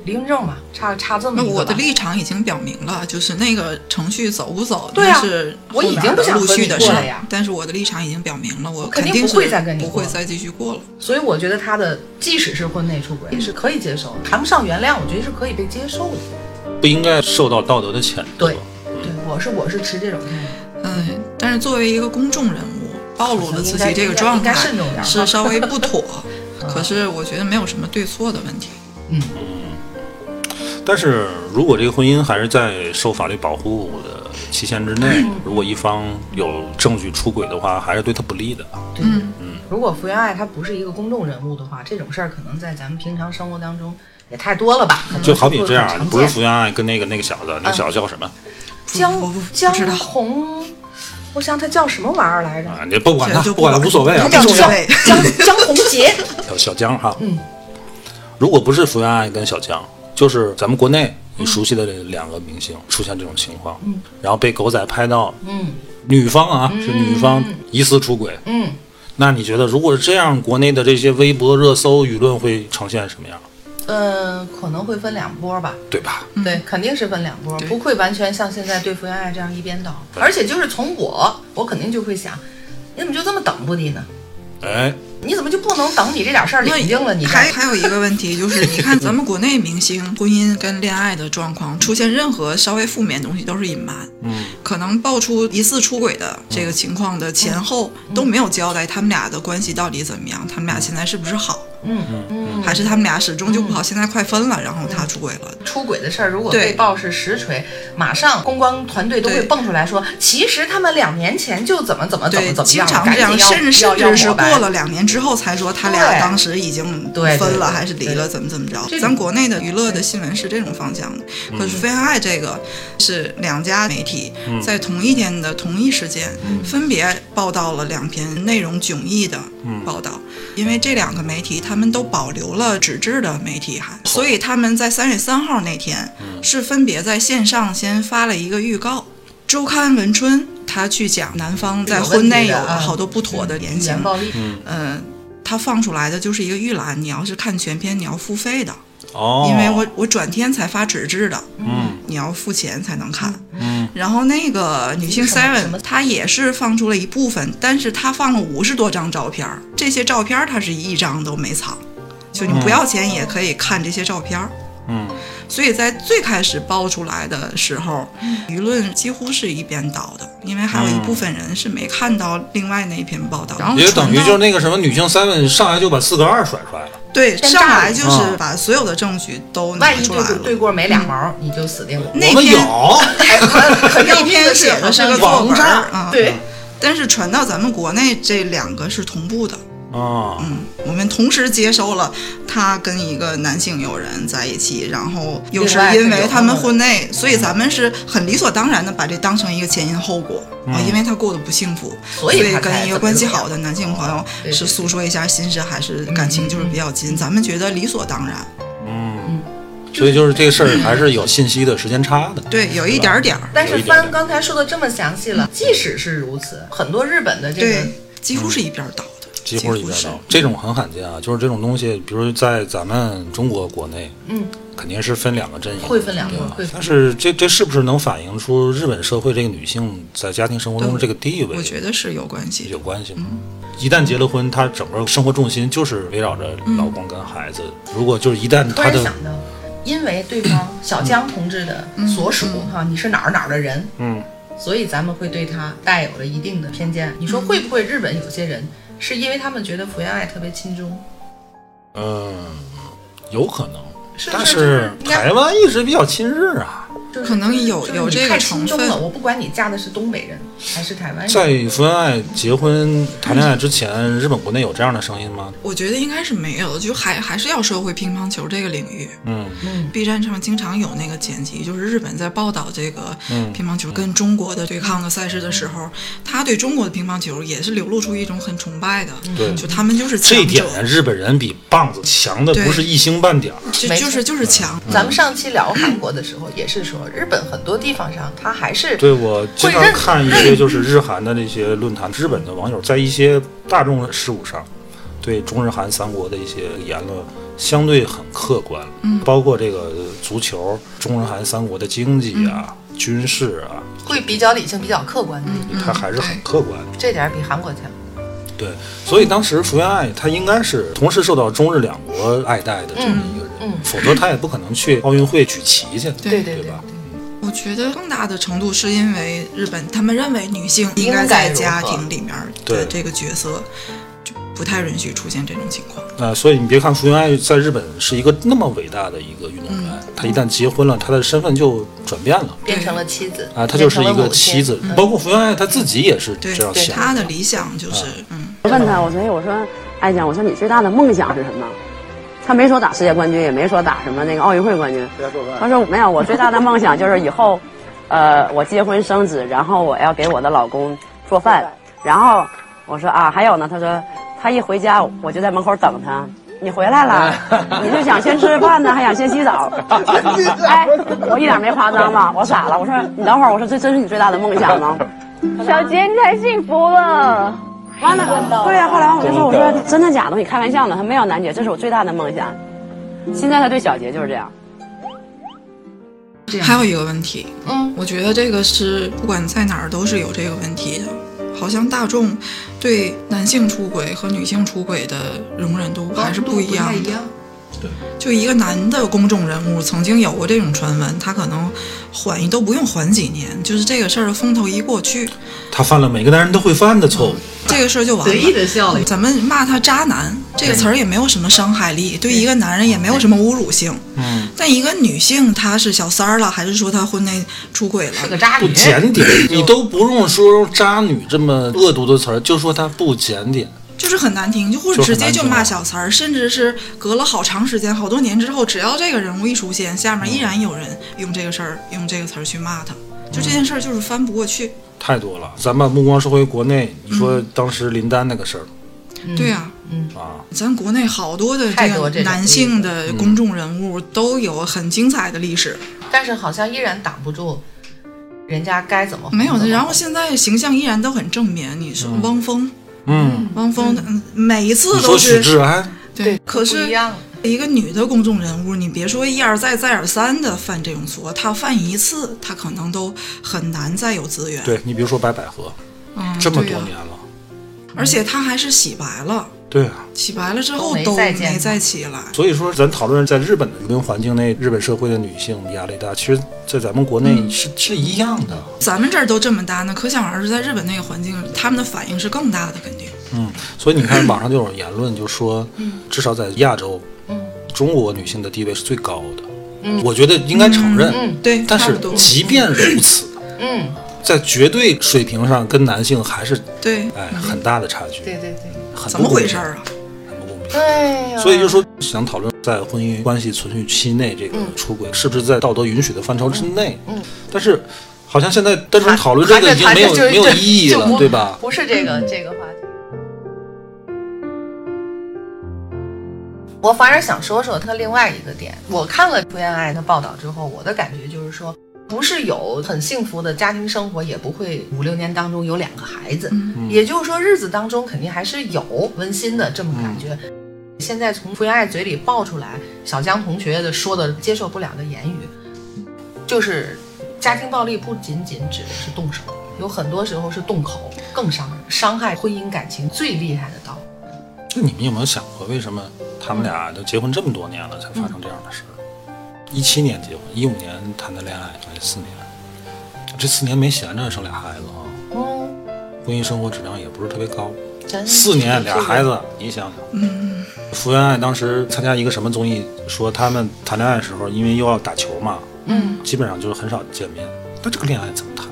Speaker 2: 离婚证嘛，差差这么
Speaker 3: 那
Speaker 2: 一个吧
Speaker 3: 我的立场已经表明了，就是那个程序走不走，
Speaker 2: 对啊
Speaker 3: 那是
Speaker 2: 我已经不想
Speaker 3: 后面的陆续的事
Speaker 2: 和你过了
Speaker 3: 儿
Speaker 2: 呀。
Speaker 3: 但是我的立场已经表明了，我
Speaker 2: 肯定
Speaker 3: 定
Speaker 2: 不会
Speaker 3: 是
Speaker 2: 再跟你
Speaker 3: 不
Speaker 2: 过
Speaker 3: 会
Speaker 2: 了
Speaker 3: 再继续过了。
Speaker 2: 所以我觉得他的即使是婚内出轨也是可以接受，谈不上原谅，我觉得是可以被接受的。
Speaker 1: 不应该受到道德的谴责。
Speaker 2: 对对，我是我是持这种态度。
Speaker 3: 嗯，但是作为一个公众人物，暴露了自己这个状
Speaker 2: 应该
Speaker 3: 态
Speaker 2: 应该慎重点儿哈
Speaker 3: 是稍微不妥， 可是我觉得没有什么对错的问题。
Speaker 1: 但是如果这个婚姻还是在受法律保护的期限之内，
Speaker 2: 嗯
Speaker 1: 如果一方有证据出轨的话，还是对他嗯不利的。啊
Speaker 2: 对，嗯如果福原爱她不是一个公众人物的话，这种事儿可能在咱们平常生活当中也太多了吧？可能
Speaker 1: 就好比这样
Speaker 2: 会
Speaker 1: 啊，
Speaker 2: 很
Speaker 1: 不是
Speaker 2: 常
Speaker 1: 福
Speaker 2: 见
Speaker 1: 原爱跟那个那个小子，那个小子叫什么
Speaker 2: 江
Speaker 3: 我不
Speaker 2: 江
Speaker 3: 不知道
Speaker 2: 红，我想他叫什么玩意儿来着？
Speaker 1: 啊？你不管
Speaker 3: 这
Speaker 1: 他，
Speaker 3: 就
Speaker 1: 不
Speaker 3: 不
Speaker 1: 管他
Speaker 3: 管
Speaker 1: 无所谓啊
Speaker 2: 他，叫
Speaker 1: 不重 要
Speaker 2: 江
Speaker 3: 谓
Speaker 2: 江江宏 杰。
Speaker 1: 小小江哈，
Speaker 2: 嗯，
Speaker 1: 如果不是福原爱跟小江，就是咱们国内你熟悉的这两个明星出现这种情况，嗯，然后被狗仔拍到，
Speaker 2: 嗯
Speaker 1: 女方啊、是女方疑似出轨，
Speaker 2: 嗯，
Speaker 1: 那你觉得如果是这样，国内的这些微博热搜舆论会呈现什么样，
Speaker 2: 呃，可能会分两波吧。
Speaker 1: 对吧？
Speaker 3: 嗯
Speaker 2: 对，肯定是分两波，
Speaker 3: 对
Speaker 2: 不会完全像现在对福原爱这样一边倒。而且就是从我，我肯定就会想，你怎么就这么等不的呢？
Speaker 1: 哎，
Speaker 2: 你怎么就不能等你这点事儿
Speaker 3: 那
Speaker 2: 领定了你
Speaker 3: 还
Speaker 2: 再？
Speaker 3: 还有一个问题就是，你看咱们国内明星婚姻跟恋爱的状况，出现任何稍微负面的东西都是隐瞒，
Speaker 1: 嗯，
Speaker 3: 可能爆出疑似出轨的这个情况的
Speaker 2: 嗯
Speaker 3: 前后都没有交代他们俩的关系到底怎么样，他们俩现在是不是好，
Speaker 2: 嗯嗯，
Speaker 3: 还是他们俩始终就不好，现在快分了，然后他出轨了，
Speaker 2: 出轨的事儿，如果
Speaker 3: 对
Speaker 2: 被曝是实锤，马上公关团队都会
Speaker 3: 对
Speaker 2: 蹦出来说，其实他们两年前就怎么怎么怎
Speaker 3: 对
Speaker 2: 么，怎么
Speaker 3: 经
Speaker 2: 样，
Speaker 3: 常
Speaker 2: 赶
Speaker 3: 这样，
Speaker 2: 紧要
Speaker 3: 甚至
Speaker 2: 要
Speaker 3: 甚
Speaker 2: 要
Speaker 3: 至是
Speaker 2: 抹白
Speaker 3: 过了两年之后才说他
Speaker 2: 对
Speaker 3: 俩当时已经
Speaker 2: 对对
Speaker 3: 分了
Speaker 2: 对
Speaker 3: 还是离
Speaker 2: 对
Speaker 3: 了，怎么怎么着
Speaker 2: 这。
Speaker 3: 咱
Speaker 2: 种
Speaker 3: 国内的娱乐的新闻是这种方向的，可是非常爱这个是两家媒体在同一天的同一时间分别报道了两篇内容迥异的报道，因为这两个媒体他们都保留了纸质的媒体函，所以他们在三月三号那天是分别在线上先发了一个预告。周刊文春他去讲男方在婚内有
Speaker 2: 啊
Speaker 3: 好多不妥的言
Speaker 2: 语言
Speaker 3: 行，
Speaker 2: 暴力，
Speaker 3: 嗯，他放出来的就是一个预览，你要是看全篇你要付费的，
Speaker 1: 哦，
Speaker 3: 因为我我转天才发纸质的，
Speaker 1: 嗯
Speaker 3: 你要付钱才能看。
Speaker 1: 嗯，
Speaker 3: 然后那个女性
Speaker 2: 什么什
Speaker 3: Seven
Speaker 2: 么
Speaker 3: 她也是放出了一部分，但是她放了五十多张照片儿，这些照片儿她是一张都没藏，就你不要钱也可以看这些照片儿。
Speaker 1: 嗯
Speaker 3: 所以在最开始爆出来的时候，
Speaker 2: 嗯
Speaker 3: 舆论几乎是一边倒的，因为还有一部分人是没看到另外那一篇报道，然后
Speaker 1: 嗯也等于
Speaker 3: 传
Speaker 1: 就
Speaker 3: 到
Speaker 1: 是那个什么女性 seven 上来就把四个二甩出来了，
Speaker 3: 对
Speaker 2: 先
Speaker 3: 上
Speaker 2: 炸
Speaker 3: 来
Speaker 2: 了
Speaker 3: 就是
Speaker 1: 嗯
Speaker 3: 把所有的证据都拿
Speaker 2: 万一
Speaker 3: 出
Speaker 2: 对
Speaker 3: 来
Speaker 2: 过
Speaker 3: 了。
Speaker 2: 对过没
Speaker 3: 嗯
Speaker 2: 俩毛，你就死定了。
Speaker 3: 那
Speaker 1: 我们
Speaker 3: 篇
Speaker 1: 有，
Speaker 2: 哎 可可
Speaker 3: 那篇嗯写的是个作
Speaker 1: 网
Speaker 3: 文
Speaker 1: 站
Speaker 3: 儿啊，
Speaker 2: 对，
Speaker 1: 嗯
Speaker 3: 但是传到咱们国内，这两个是同步的。
Speaker 1: 啊，
Speaker 3: 嗯，我们同时接收了他跟一个男性友人在一起，然后又是因为他们婚内，所以咱们是很理所当然的把这当成一个前因后果啊、因为他过得不幸福，
Speaker 2: 所
Speaker 3: 所
Speaker 2: 以他才
Speaker 3: 跟一个关系好的男性朋
Speaker 2: 对
Speaker 3: 友
Speaker 2: 对
Speaker 3: 是诉说一下心事，还是感情就是比较近，咱们觉得理所当然。
Speaker 1: 嗯，所以就是这个事儿还是有信息的时间差的，
Speaker 3: 对，有一点儿点儿，
Speaker 2: 但是
Speaker 1: 有一点
Speaker 2: 帆
Speaker 1: 点
Speaker 2: 刚才说的这么详细了，即使是如此，很多日本的这个
Speaker 3: 嗯对，几乎是一边儿倒的，
Speaker 1: 嗯几乎是一边倒。这种很罕见啊，就是这种东西，比如在咱们中国国内，
Speaker 2: 嗯，
Speaker 1: 肯定是分两个阵营，
Speaker 2: 会分两个
Speaker 1: 对吧
Speaker 2: 会分
Speaker 1: 但是这这是不是能反映出日本社会这个女性在家庭生活中的这个地位？
Speaker 3: 我觉得是有关系的。
Speaker 1: 有关系吗？
Speaker 2: 嗯
Speaker 1: 一旦结了婚，她整个生活重心就是围绕着老公跟孩子。如果就是一旦
Speaker 2: 突
Speaker 1: 她
Speaker 2: 然
Speaker 1: 的
Speaker 2: 嗯想到，因为对方小江同志的所属哈，你是哪儿哪儿的人，
Speaker 1: 嗯，
Speaker 2: 所以咱们会对他带有了一定的偏见。你说会不会日本有些人是因为他们觉得福原爱特别亲中？
Speaker 1: 嗯，有可能，
Speaker 2: 是
Speaker 1: 但
Speaker 2: 是
Speaker 1: 是
Speaker 2: 就是
Speaker 1: 台湾一直比较亲日啊。
Speaker 2: 就是
Speaker 3: 可能有
Speaker 2: 就是
Speaker 3: 有
Speaker 2: 你
Speaker 3: 这
Speaker 2: 太
Speaker 3: 个
Speaker 2: 亲
Speaker 3: 成
Speaker 2: 中
Speaker 3: 分
Speaker 2: 了，，我不管你嫁的是东北人还是台湾人，
Speaker 1: 在福原爱结婚谈恋爱之前，日本国内有这样的声音吗？
Speaker 3: 我觉得应该是没有的，就还还是要说回乒乓球这个领域。
Speaker 1: 嗯
Speaker 3: B 站上经常有那个剪辑，就是日本在报道这个
Speaker 1: 嗯
Speaker 3: 乒乓球跟中国的对抗的赛事的时候，他对中国的乒乓球也是流露出一种很崇拜的，
Speaker 1: 对
Speaker 3: 就他们就是
Speaker 1: 这一
Speaker 3: 强
Speaker 1: 点
Speaker 3: 者，
Speaker 1: 日本人比棒子强的不是一星半点儿。
Speaker 3: 就
Speaker 2: 没错
Speaker 3: 就是就是强。
Speaker 2: 咱们上期聊韩国的时候，也是说日本很多地方上，它还是
Speaker 1: 对我经常
Speaker 2: 会认
Speaker 1: 看一些就是日韩的那些论坛，日本的网友在一些大众的事务上，对中日韩三国的一些言论相对很客观，嗯，包括这个足球、中日韩三国的经济啊、军事啊，
Speaker 2: 会比较理性、比较客观的，
Speaker 1: 它还是很客观的。
Speaker 2: 这点儿比韩国强。
Speaker 1: 对，所以当时福原爱她应该是同时受到中日两国爱戴的这么一个人，
Speaker 2: 嗯嗯
Speaker 1: 否则她也不可能去奥运会举旗去，
Speaker 3: 对
Speaker 2: 对
Speaker 1: 吧？
Speaker 3: 我觉得更大的程度是因为日本他们认为女性应该在家庭里面
Speaker 1: 对
Speaker 3: 的这个角色，就不太允许出现这种情况。
Speaker 1: 呃，所以你别看福原爱在日本是一个那么伟大的一个运动员，她一旦结婚了，她的身份就转变了
Speaker 2: 变成了妻子
Speaker 1: 啊，她就是一
Speaker 2: 变成
Speaker 1: 个
Speaker 2: 了母亲嗯
Speaker 1: 妻子。包括福原爱她自己也是
Speaker 3: 对
Speaker 1: 这样，
Speaker 3: 对
Speaker 1: 想
Speaker 3: 他
Speaker 1: 的。
Speaker 3: 的理想就是嗯。
Speaker 4: 我问他，我昨天我说，爱讲，我说你最大的梦想是什么？他没说打世界冠军，也没说打什么那个奥运会冠军。他说没有，我最大的梦想就是以后，呃，我结婚生子，然后我要给我的老公做饭。然后我说啊，还有呢，他说他一回家我就在门口等他。你回来了，你是想先吃饭呢，还想先洗澡？哎，我一点没夸张吧？我傻了，我说你等会儿，我说这真是你最大的梦想吗？
Speaker 5: 小杰，你太幸福了。
Speaker 4: 完了，对呀、后来我就说，我说真的假的？你开玩笑呢？他没有楠姐，这是我最大的梦想。现在他对小杰就是这样。
Speaker 3: 还有一个问题，嗯，我觉得这个是不管在哪儿都是有这个问题的。好像大众对男性出轨和女性出轨的容忍度还是不一样
Speaker 2: 不太
Speaker 3: 的。就一个男的公众人物，曾经有过这种传闻，他可能缓一都不用缓几年，就是这个事儿的风头一过去，
Speaker 1: 她犯了每个男人都会犯的错误，
Speaker 3: 这个事儿就完了。
Speaker 2: 的笑了。
Speaker 3: 咱们骂他渣男这个词儿也没有什么伤害力，对一个男人也没有什么侮辱性。
Speaker 1: 嗯，
Speaker 3: 但一个女性，她是小三儿了，还是说她婚内出轨了
Speaker 2: 是，个渣
Speaker 1: 不
Speaker 2: 女，
Speaker 1: 检点，你都不用说“渣女”这么恶毒的词儿，就说她不检点。
Speaker 3: 就是很难听，就或者
Speaker 1: 就是
Speaker 3: 直
Speaker 1: 很难
Speaker 3: 接就
Speaker 1: 听啊
Speaker 3: 骂小三儿，甚至是隔了好长时间、好多年之后，只要这个人物一出现，下面依然有人用这个事儿、用这个词儿去骂他，就这件事儿就是翻不过去。
Speaker 1: 太多了，咱把目光收回国内，你说当时林丹那个事儿、
Speaker 3: 对呀、
Speaker 1: 嗯啊，
Speaker 3: 咱国内好多的
Speaker 2: 嗯太
Speaker 3: 这
Speaker 2: 多
Speaker 3: 个
Speaker 2: 这种
Speaker 3: 男性的公众人物都有很精彩的历史，
Speaker 2: 但是好像依然挡不住人家该怎么
Speaker 1: 嗯
Speaker 3: 没有
Speaker 2: 怎么
Speaker 3: 的。然后现在形象依然都很正面。你说汪峰，
Speaker 1: 嗯，
Speaker 3: 汪峰嗯每一次
Speaker 1: 你
Speaker 3: 都
Speaker 1: 说许
Speaker 3: 是
Speaker 1: 志安，
Speaker 3: 对，可
Speaker 2: 不
Speaker 3: 是
Speaker 2: 一样，
Speaker 3: 一个女的公众人物，你别说一而再再而三的犯这种错，她犯一次，她可能都很难再有资源。
Speaker 1: 对你比如说白百合，
Speaker 3: 嗯，
Speaker 1: 这么
Speaker 3: 对
Speaker 1: 多
Speaker 3: 啊
Speaker 1: 年了，
Speaker 3: 而且她还是洗白了，
Speaker 1: 对啊，
Speaker 3: 洗白了之后
Speaker 2: 没
Speaker 3: 都
Speaker 2: 再见
Speaker 3: 没再起来。
Speaker 1: 所以说咱讨论在日本的流行环境内，日本社会的女性压力大，其实，在咱们国
Speaker 3: 嗯
Speaker 1: 内是、是一样的。
Speaker 3: 咱们这儿都这么大，那可想而知，在日本那个环境，他们的反应是更大的，肯定。
Speaker 1: 嗯，所以你看，网上就有言论就说，
Speaker 3: 嗯
Speaker 1: 至少在亚洲，中国女性的地位是最高的。
Speaker 3: 嗯
Speaker 1: 我觉得应该承认。
Speaker 2: 嗯
Speaker 3: 对，
Speaker 1: 但
Speaker 3: 差
Speaker 1: 是
Speaker 3: 不多。
Speaker 1: 即便如此，
Speaker 2: 嗯，
Speaker 1: 在绝对水平上跟男性还是
Speaker 3: 对，
Speaker 1: 哎很大的差距，
Speaker 2: 对对对，
Speaker 1: 很
Speaker 3: 怎么回事儿啊？
Speaker 1: 不公平？很不公平。
Speaker 2: 哎呀，
Speaker 1: 所以就说想讨论在婚姻关系存续期内这个出轨是不是在道德允许的范畴之内？
Speaker 2: 嗯嗯嗯
Speaker 1: 但是好像现在单纯讨论这
Speaker 2: 谈
Speaker 1: 个
Speaker 2: 着
Speaker 1: 已经
Speaker 2: 谈
Speaker 1: 没
Speaker 2: 着
Speaker 1: 有
Speaker 2: 就
Speaker 1: 没有
Speaker 2: 就
Speaker 1: 意义
Speaker 2: 就
Speaker 1: 了，
Speaker 2: 不
Speaker 1: 对吧？
Speaker 2: 不是这个
Speaker 1: 嗯
Speaker 2: 这个话题。我反而想说说他另外一个点。我看了《福原爱》的报道之后，我的感觉就是说，不是有很幸福的家庭生活，也不会五六年当中有两个孩子。
Speaker 1: 嗯
Speaker 2: 也就是说，日子当中肯定还是有温馨的这么感
Speaker 1: 嗯
Speaker 2: 觉。现在从福原爱嘴里爆出来小江同学的说的接受不了的言语，就是家庭暴力不仅仅指的是动手，有很多时候是动口更伤人，伤害婚姻感情最厉害的刀。
Speaker 1: 那你们有没有想过，为什么他们俩都结婚这么多年了，才发生这样的事儿？一七年结婚，一五年谈的恋爱，这四年，这四年没闲着，生俩孩子啊，
Speaker 3: 哦
Speaker 2: 嗯，
Speaker 1: 婚姻生活质量也不是特别高。
Speaker 2: 真
Speaker 1: 四年俩孩子，你想想，嗯，福原爱当时参加一个什么综艺，说他们谈恋爱的时候，因为又要打球嘛，
Speaker 2: 嗯，
Speaker 1: 基本上就是很少见面。那这个恋爱怎么谈？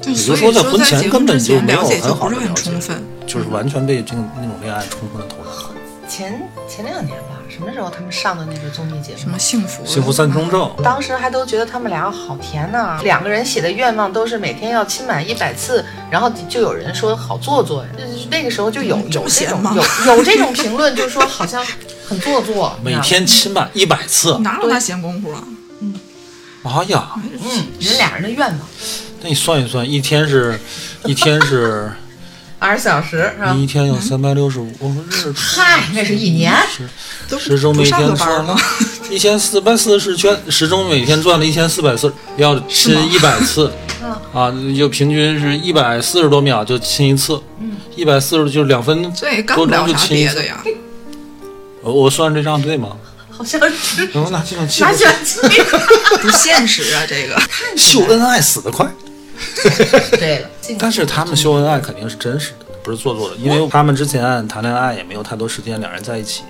Speaker 3: 对，
Speaker 1: 也就
Speaker 3: 嗯所
Speaker 1: 是说
Speaker 3: 以
Speaker 1: 在
Speaker 3: 在
Speaker 1: 婚前
Speaker 3: 结
Speaker 1: 根
Speaker 3: 婚
Speaker 1: 本
Speaker 3: 之
Speaker 1: 就
Speaker 3: 前
Speaker 1: 没有
Speaker 3: 了解
Speaker 1: 很
Speaker 3: 就
Speaker 1: 好
Speaker 3: 不
Speaker 1: 的
Speaker 3: 是
Speaker 1: 了
Speaker 3: 很
Speaker 1: 解
Speaker 3: 充分。嗯
Speaker 1: 就是完全被这个那种恋爱冲昏了头脑。
Speaker 2: 前前两年吧，什么时候他们上的那个综艺节
Speaker 3: 什
Speaker 2: 目
Speaker 3: 么？幸福？啊
Speaker 1: 幸福三中症，
Speaker 2: 当时还都觉得他们俩好甜呐、两个人写的愿望都是每天要亲满一百次，然后就有人说好做作呀。就是那个时候就有有这
Speaker 3: 闲
Speaker 2: 种
Speaker 3: 吗
Speaker 2: 有有这种评论，就说好像很做作，
Speaker 1: 每天亲满一百次。
Speaker 3: 哪有那闲工夫啊？
Speaker 1: 哎呀，
Speaker 2: 嗯，人俩人的愿望
Speaker 1: 那你算一算，一天是，一天是，
Speaker 2: 二十四小时
Speaker 3: 啊
Speaker 2: 是吧？
Speaker 1: 一天有三百六十五日，
Speaker 2: 嗨，那是一年。
Speaker 1: 十
Speaker 3: 都不
Speaker 1: 时钟
Speaker 3: 不
Speaker 1: 每
Speaker 3: 上
Speaker 1: 天
Speaker 3: 个班儿
Speaker 1: 转了
Speaker 3: 吗？
Speaker 1: 一千四百四十圈，时钟每天转了一千四百次，要亲一百 次，
Speaker 3: 嗯
Speaker 1: 啊，就平均是一百四十多秒就亲一次，一百四十就两分
Speaker 3: 嗯这也干
Speaker 1: 多
Speaker 3: 不
Speaker 1: 钟就
Speaker 3: 了啥
Speaker 1: 亲一
Speaker 3: 别
Speaker 1: 次
Speaker 3: 的。呀。
Speaker 1: 我我算这账对吗？
Speaker 2: 好像是
Speaker 1: 能拿计算器
Speaker 2: 拿卷器。
Speaker 3: 不现实啊，这个
Speaker 1: 秀恩爱死得快，
Speaker 2: 对了，
Speaker 1: 但是他们秀恩爱肯定是真实的，不是做作的，因为他们之前谈恋爱也没有太多时间，两人在一起，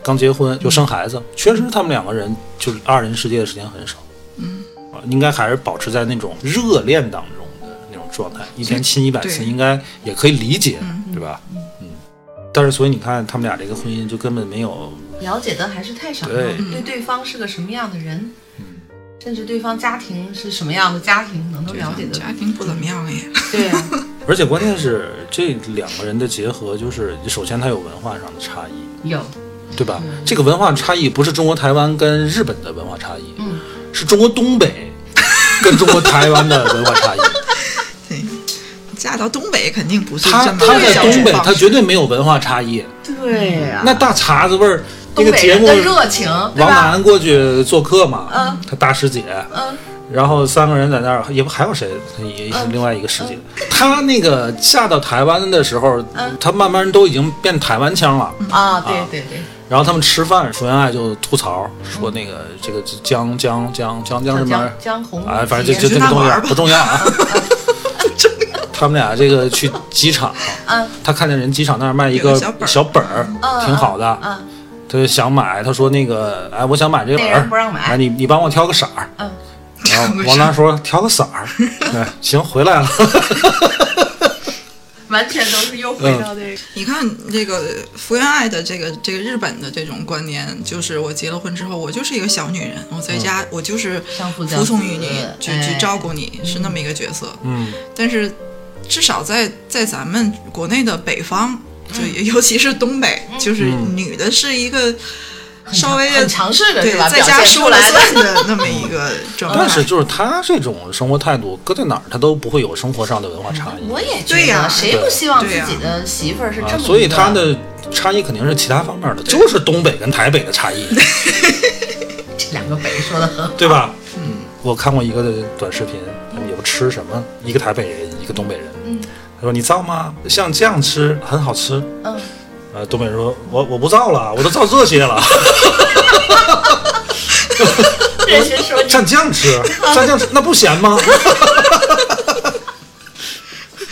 Speaker 1: 刚结婚就生孩子，确实他们两个人就是二人世界的时间很少，嗯，应该还是保持在那种热恋当中的那种状态，一天亲一百次
Speaker 3: 对
Speaker 1: 应该也可以理解，对吧？嗯，但是所以你看他们俩这个婚姻就根本没有
Speaker 2: 了解的还是太少了，
Speaker 1: 对嗯
Speaker 2: 对对方是个什么样的人，甚至对方家庭是什么样的家庭，能够了解的，
Speaker 3: 家庭不怎么样也。
Speaker 2: 对啊，
Speaker 1: 而且关键是这两个人的结合，就是首先它有文化上的差异，
Speaker 2: 有嗯
Speaker 1: 对吧？这个文化差异不是中国台湾跟日本的文化差异，
Speaker 2: 嗯
Speaker 1: 是中国东北跟中国台湾的文化差 异。
Speaker 3: 对，嫁到东北肯定不是
Speaker 1: 他
Speaker 3: 这么
Speaker 1: 他在
Speaker 3: 小
Speaker 1: 东
Speaker 3: 众
Speaker 1: 北，
Speaker 3: 方
Speaker 1: 他
Speaker 3: 式
Speaker 1: 绝对没有文化差异。
Speaker 2: 对呀、
Speaker 1: 那大碴子味儿，那
Speaker 2: 东
Speaker 1: 个
Speaker 2: 北
Speaker 1: 节
Speaker 2: 人
Speaker 1: 目嗯
Speaker 2: 的热情，对
Speaker 1: 王
Speaker 2: 吧？
Speaker 1: 楠过去做客嘛，
Speaker 2: 嗯
Speaker 1: 他大师姐，
Speaker 2: 嗯，
Speaker 1: 然后三个人在那儿，也不还有谁，也也是另外一个师姐。
Speaker 2: 嗯
Speaker 1: 他那个嫁到台湾的时候，他慢慢都已经变台湾腔了。
Speaker 2: 啊，对对对，
Speaker 1: 然后他们吃饭，福原爱就吐槽
Speaker 2: 嗯
Speaker 1: 说那个这个姜姜姜姜姜什么玩意儿
Speaker 2: 江江红
Speaker 1: 啊，反正这
Speaker 3: 也
Speaker 1: 这
Speaker 3: 是
Speaker 1: 这
Speaker 3: 那
Speaker 1: 不重
Speaker 3: 玩意
Speaker 1: 要，
Speaker 3: 儿吧
Speaker 1: 不重要 啊。他们俩这个去机场，他看见人机场那儿卖一
Speaker 3: 有
Speaker 1: 个
Speaker 3: 个小本儿
Speaker 1: 小本儿，挺好的，
Speaker 2: 嗯嗯
Speaker 1: 他就想买，他说那个哎，我想买这本
Speaker 2: 那人
Speaker 1: 儿，
Speaker 2: 不让买
Speaker 1: 哎，你你帮我挑个色儿。
Speaker 2: 嗯
Speaker 1: 然后王楠说挑个色 儿，对，行，回来了。
Speaker 2: 嗯完全都是又回
Speaker 1: 嗯
Speaker 2: 到那个，
Speaker 3: 你看这个福原爱的这个这个日本的这种观念，就是我结了婚之后，我就是一个小女人，我在家、
Speaker 1: 嗯
Speaker 3: 我就是
Speaker 2: 相夫教
Speaker 3: 服从于
Speaker 2: 子
Speaker 3: 你，去
Speaker 2: 哎
Speaker 3: 去照顾你，是那么一个角色。
Speaker 1: 嗯，
Speaker 3: 但是至少在在咱们国内的北方，就
Speaker 2: 嗯
Speaker 3: 也尤其是东北，就是
Speaker 1: 嗯
Speaker 3: 女的是一个稍微
Speaker 2: 很强势的
Speaker 3: 对
Speaker 2: 是吧？
Speaker 3: 在
Speaker 2: 表
Speaker 3: 家
Speaker 2: 现出
Speaker 3: 说了
Speaker 2: 来的，
Speaker 3: 算的那么一个状态。
Speaker 1: 但是就是他这种生活态度，搁在哪儿他都不会有生活上的文化差异。
Speaker 2: 我也
Speaker 3: 对
Speaker 2: 觉
Speaker 3: 哎呀
Speaker 2: 得，谁不希望
Speaker 3: 对
Speaker 2: 自
Speaker 3: 呀
Speaker 2: 己的媳妇儿是这么一
Speaker 1: 啊，
Speaker 2: 个？
Speaker 1: 所以它的差异肯定是其他方面的，就是东北跟台北的差异，
Speaker 2: 这两个北说的很
Speaker 1: 对吧？嗯，我看过一个短视频，他们有吃什么，一个台北人，一个东北人，他说你造吗？像这样吃很好吃。
Speaker 2: 嗯，
Speaker 1: 呃，东北人说我我不造了，我都造这些 了，
Speaker 2: 这是说
Speaker 1: 蘸酱吃，蘸酱吃那不咸 吗？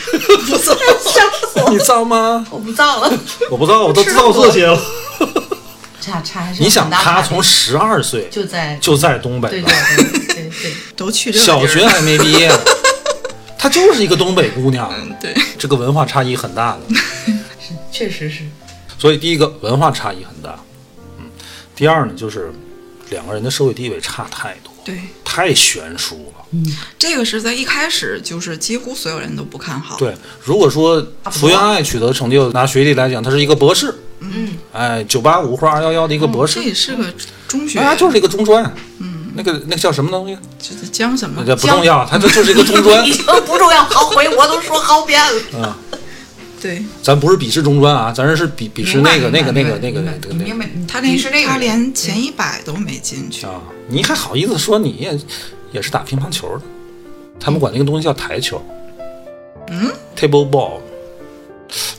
Speaker 2: 笑死 我，
Speaker 1: 你造吗？
Speaker 2: 我不造 了。
Speaker 1: 我不造，我都造这些了。
Speaker 2: 差差还是
Speaker 1: 你想
Speaker 2: 很大差
Speaker 1: 他
Speaker 2: 别
Speaker 1: 从十二岁
Speaker 2: 就在
Speaker 1: 就在东北
Speaker 2: 对
Speaker 1: 了
Speaker 2: 对，对对对，
Speaker 3: 都去这个地儿
Speaker 1: 小学还没毕业 呢，她就是一个东北姑娘，
Speaker 2: 嗯
Speaker 3: 对，
Speaker 1: 这个文化差异很大的。
Speaker 2: 是确实 是，
Speaker 1: 所以第一个文化差异很大，嗯，第二呢就是两个人的社会地位差太多，
Speaker 3: 对，
Speaker 1: 太悬殊
Speaker 2: 嗯
Speaker 1: 了。
Speaker 3: 这个是在一开始就是几乎所有人都不看好。，
Speaker 1: 对，如果说福原爱取得成就，拿学历来讲，她是一个博士，
Speaker 2: 嗯，
Speaker 1: 哎，九八五或二幺幺的一个博士
Speaker 3: 这，也是个中学，
Speaker 1: 啊，就是一个中专，嗯，那个那个叫什么
Speaker 2: 啊
Speaker 1: 东西？
Speaker 3: 就是江什么
Speaker 1: 那叫不重要，她这就是一个中专
Speaker 2: 已。经不重要，好回我都说好遍了。
Speaker 3: 对
Speaker 1: 咱不是鄙视中专啊，咱这是鄙鄙视那个那个那个那个那个那
Speaker 2: 明
Speaker 1: 个
Speaker 2: 白？
Speaker 3: 他连
Speaker 2: 你是那个
Speaker 3: 他连前一百都没进去，
Speaker 1: 啊！你还好意思说你也也是打乒乓球的？他们管那个东西叫台球，
Speaker 3: 嗯
Speaker 1: ，table ball。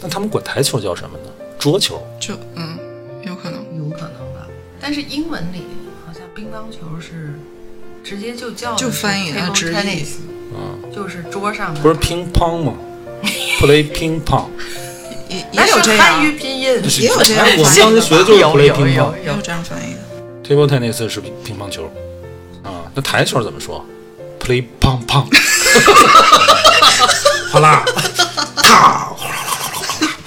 Speaker 1: 那他们管台球叫什么呢？桌球。
Speaker 3: 就嗯，有可能
Speaker 2: 有可能吧，嗯但是英文里好像乒乓球是直接就叫的
Speaker 3: 就是翻译了
Speaker 2: table
Speaker 3: 直译
Speaker 2: tennis，就是桌上的，
Speaker 1: 嗯不是乒乓 吗？play 乒乓。
Speaker 3: 也
Speaker 2: 哪
Speaker 3: 也有
Speaker 2: 有啊
Speaker 3: 这
Speaker 2: 汉语
Speaker 3: 样，啊
Speaker 2: 拼音？
Speaker 1: 是
Speaker 3: 也有这样
Speaker 1: 哎我们
Speaker 3: 翻译
Speaker 1: 当时
Speaker 3: 的
Speaker 1: 学的
Speaker 3: 吧
Speaker 1: 就是
Speaker 2: 有
Speaker 1: play
Speaker 2: 有
Speaker 1: 乒乓
Speaker 2: 有
Speaker 3: 也有
Speaker 2: 有，
Speaker 3: 这样翻译的，
Speaker 1: ，table tennis 是乒乓球啊。那台球怎么说？play 乓乓。 好啦， 啪，哗啦哗啦哗啦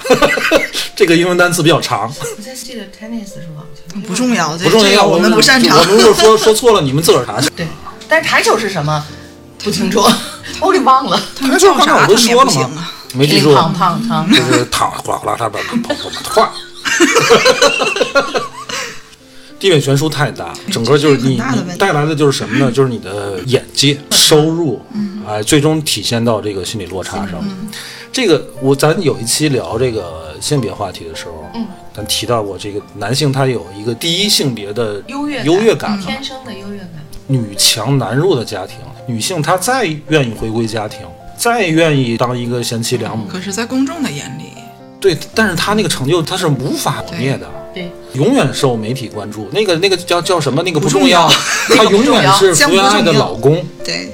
Speaker 1: 哗啦这个英文单词比较长。
Speaker 2: 我现在记得 tennis 是网球，
Speaker 3: 不重要，这
Speaker 1: 不重
Speaker 3: 这
Speaker 1: 要，
Speaker 3: 个我们不擅长
Speaker 1: 我。们如果说说错了，你们自个儿查去。
Speaker 2: 对，但是台球是什么不清 楚，我给忘了。
Speaker 3: 他们
Speaker 1: 就
Speaker 3: 叫
Speaker 1: 刚才
Speaker 3: 啥
Speaker 1: 我
Speaker 3: 他
Speaker 1: 不
Speaker 3: 们
Speaker 1: 是
Speaker 3: 也
Speaker 1: 说
Speaker 3: 不
Speaker 1: 了
Speaker 3: 行
Speaker 1: 吗
Speaker 3: 啊。？
Speaker 1: 没记住，
Speaker 2: 胖胖胖
Speaker 1: 就，是躺哗啦啦吧吧吧地位悬殊太大，整个就是你
Speaker 3: 这是很大的问
Speaker 1: 你
Speaker 3: 题嗯
Speaker 1: 带来的就是什么呢？就是你的眼界、收入，哎，最终体现到这个心理落差上。
Speaker 3: 嗯
Speaker 1: 这个我咱有一期聊这个性别话题的时候，
Speaker 3: 嗯
Speaker 1: 咱提到过这个男性他有一个第一性别的
Speaker 2: 优越
Speaker 1: 优越
Speaker 3: 嗯
Speaker 1: 感嘛，
Speaker 2: 天生的优越感。
Speaker 1: 女强男弱的家庭，女性她再愿意回归家庭，再愿意当一个贤妻良母，
Speaker 3: 可是，在公众的眼里，
Speaker 1: 对，但是她那个成就她是无法磨灭的，
Speaker 2: 对，
Speaker 1: 永远受媒体关注。那个那个叫叫什么？那个不
Speaker 3: 不重
Speaker 1: 重要， 她
Speaker 2: 那个不
Speaker 1: 永
Speaker 2: 重
Speaker 1: 远
Speaker 2: 要
Speaker 1: 是
Speaker 3: 将
Speaker 1: 福
Speaker 3: 不
Speaker 1: 原爱的
Speaker 3: 重要
Speaker 1: 老公。
Speaker 3: 对，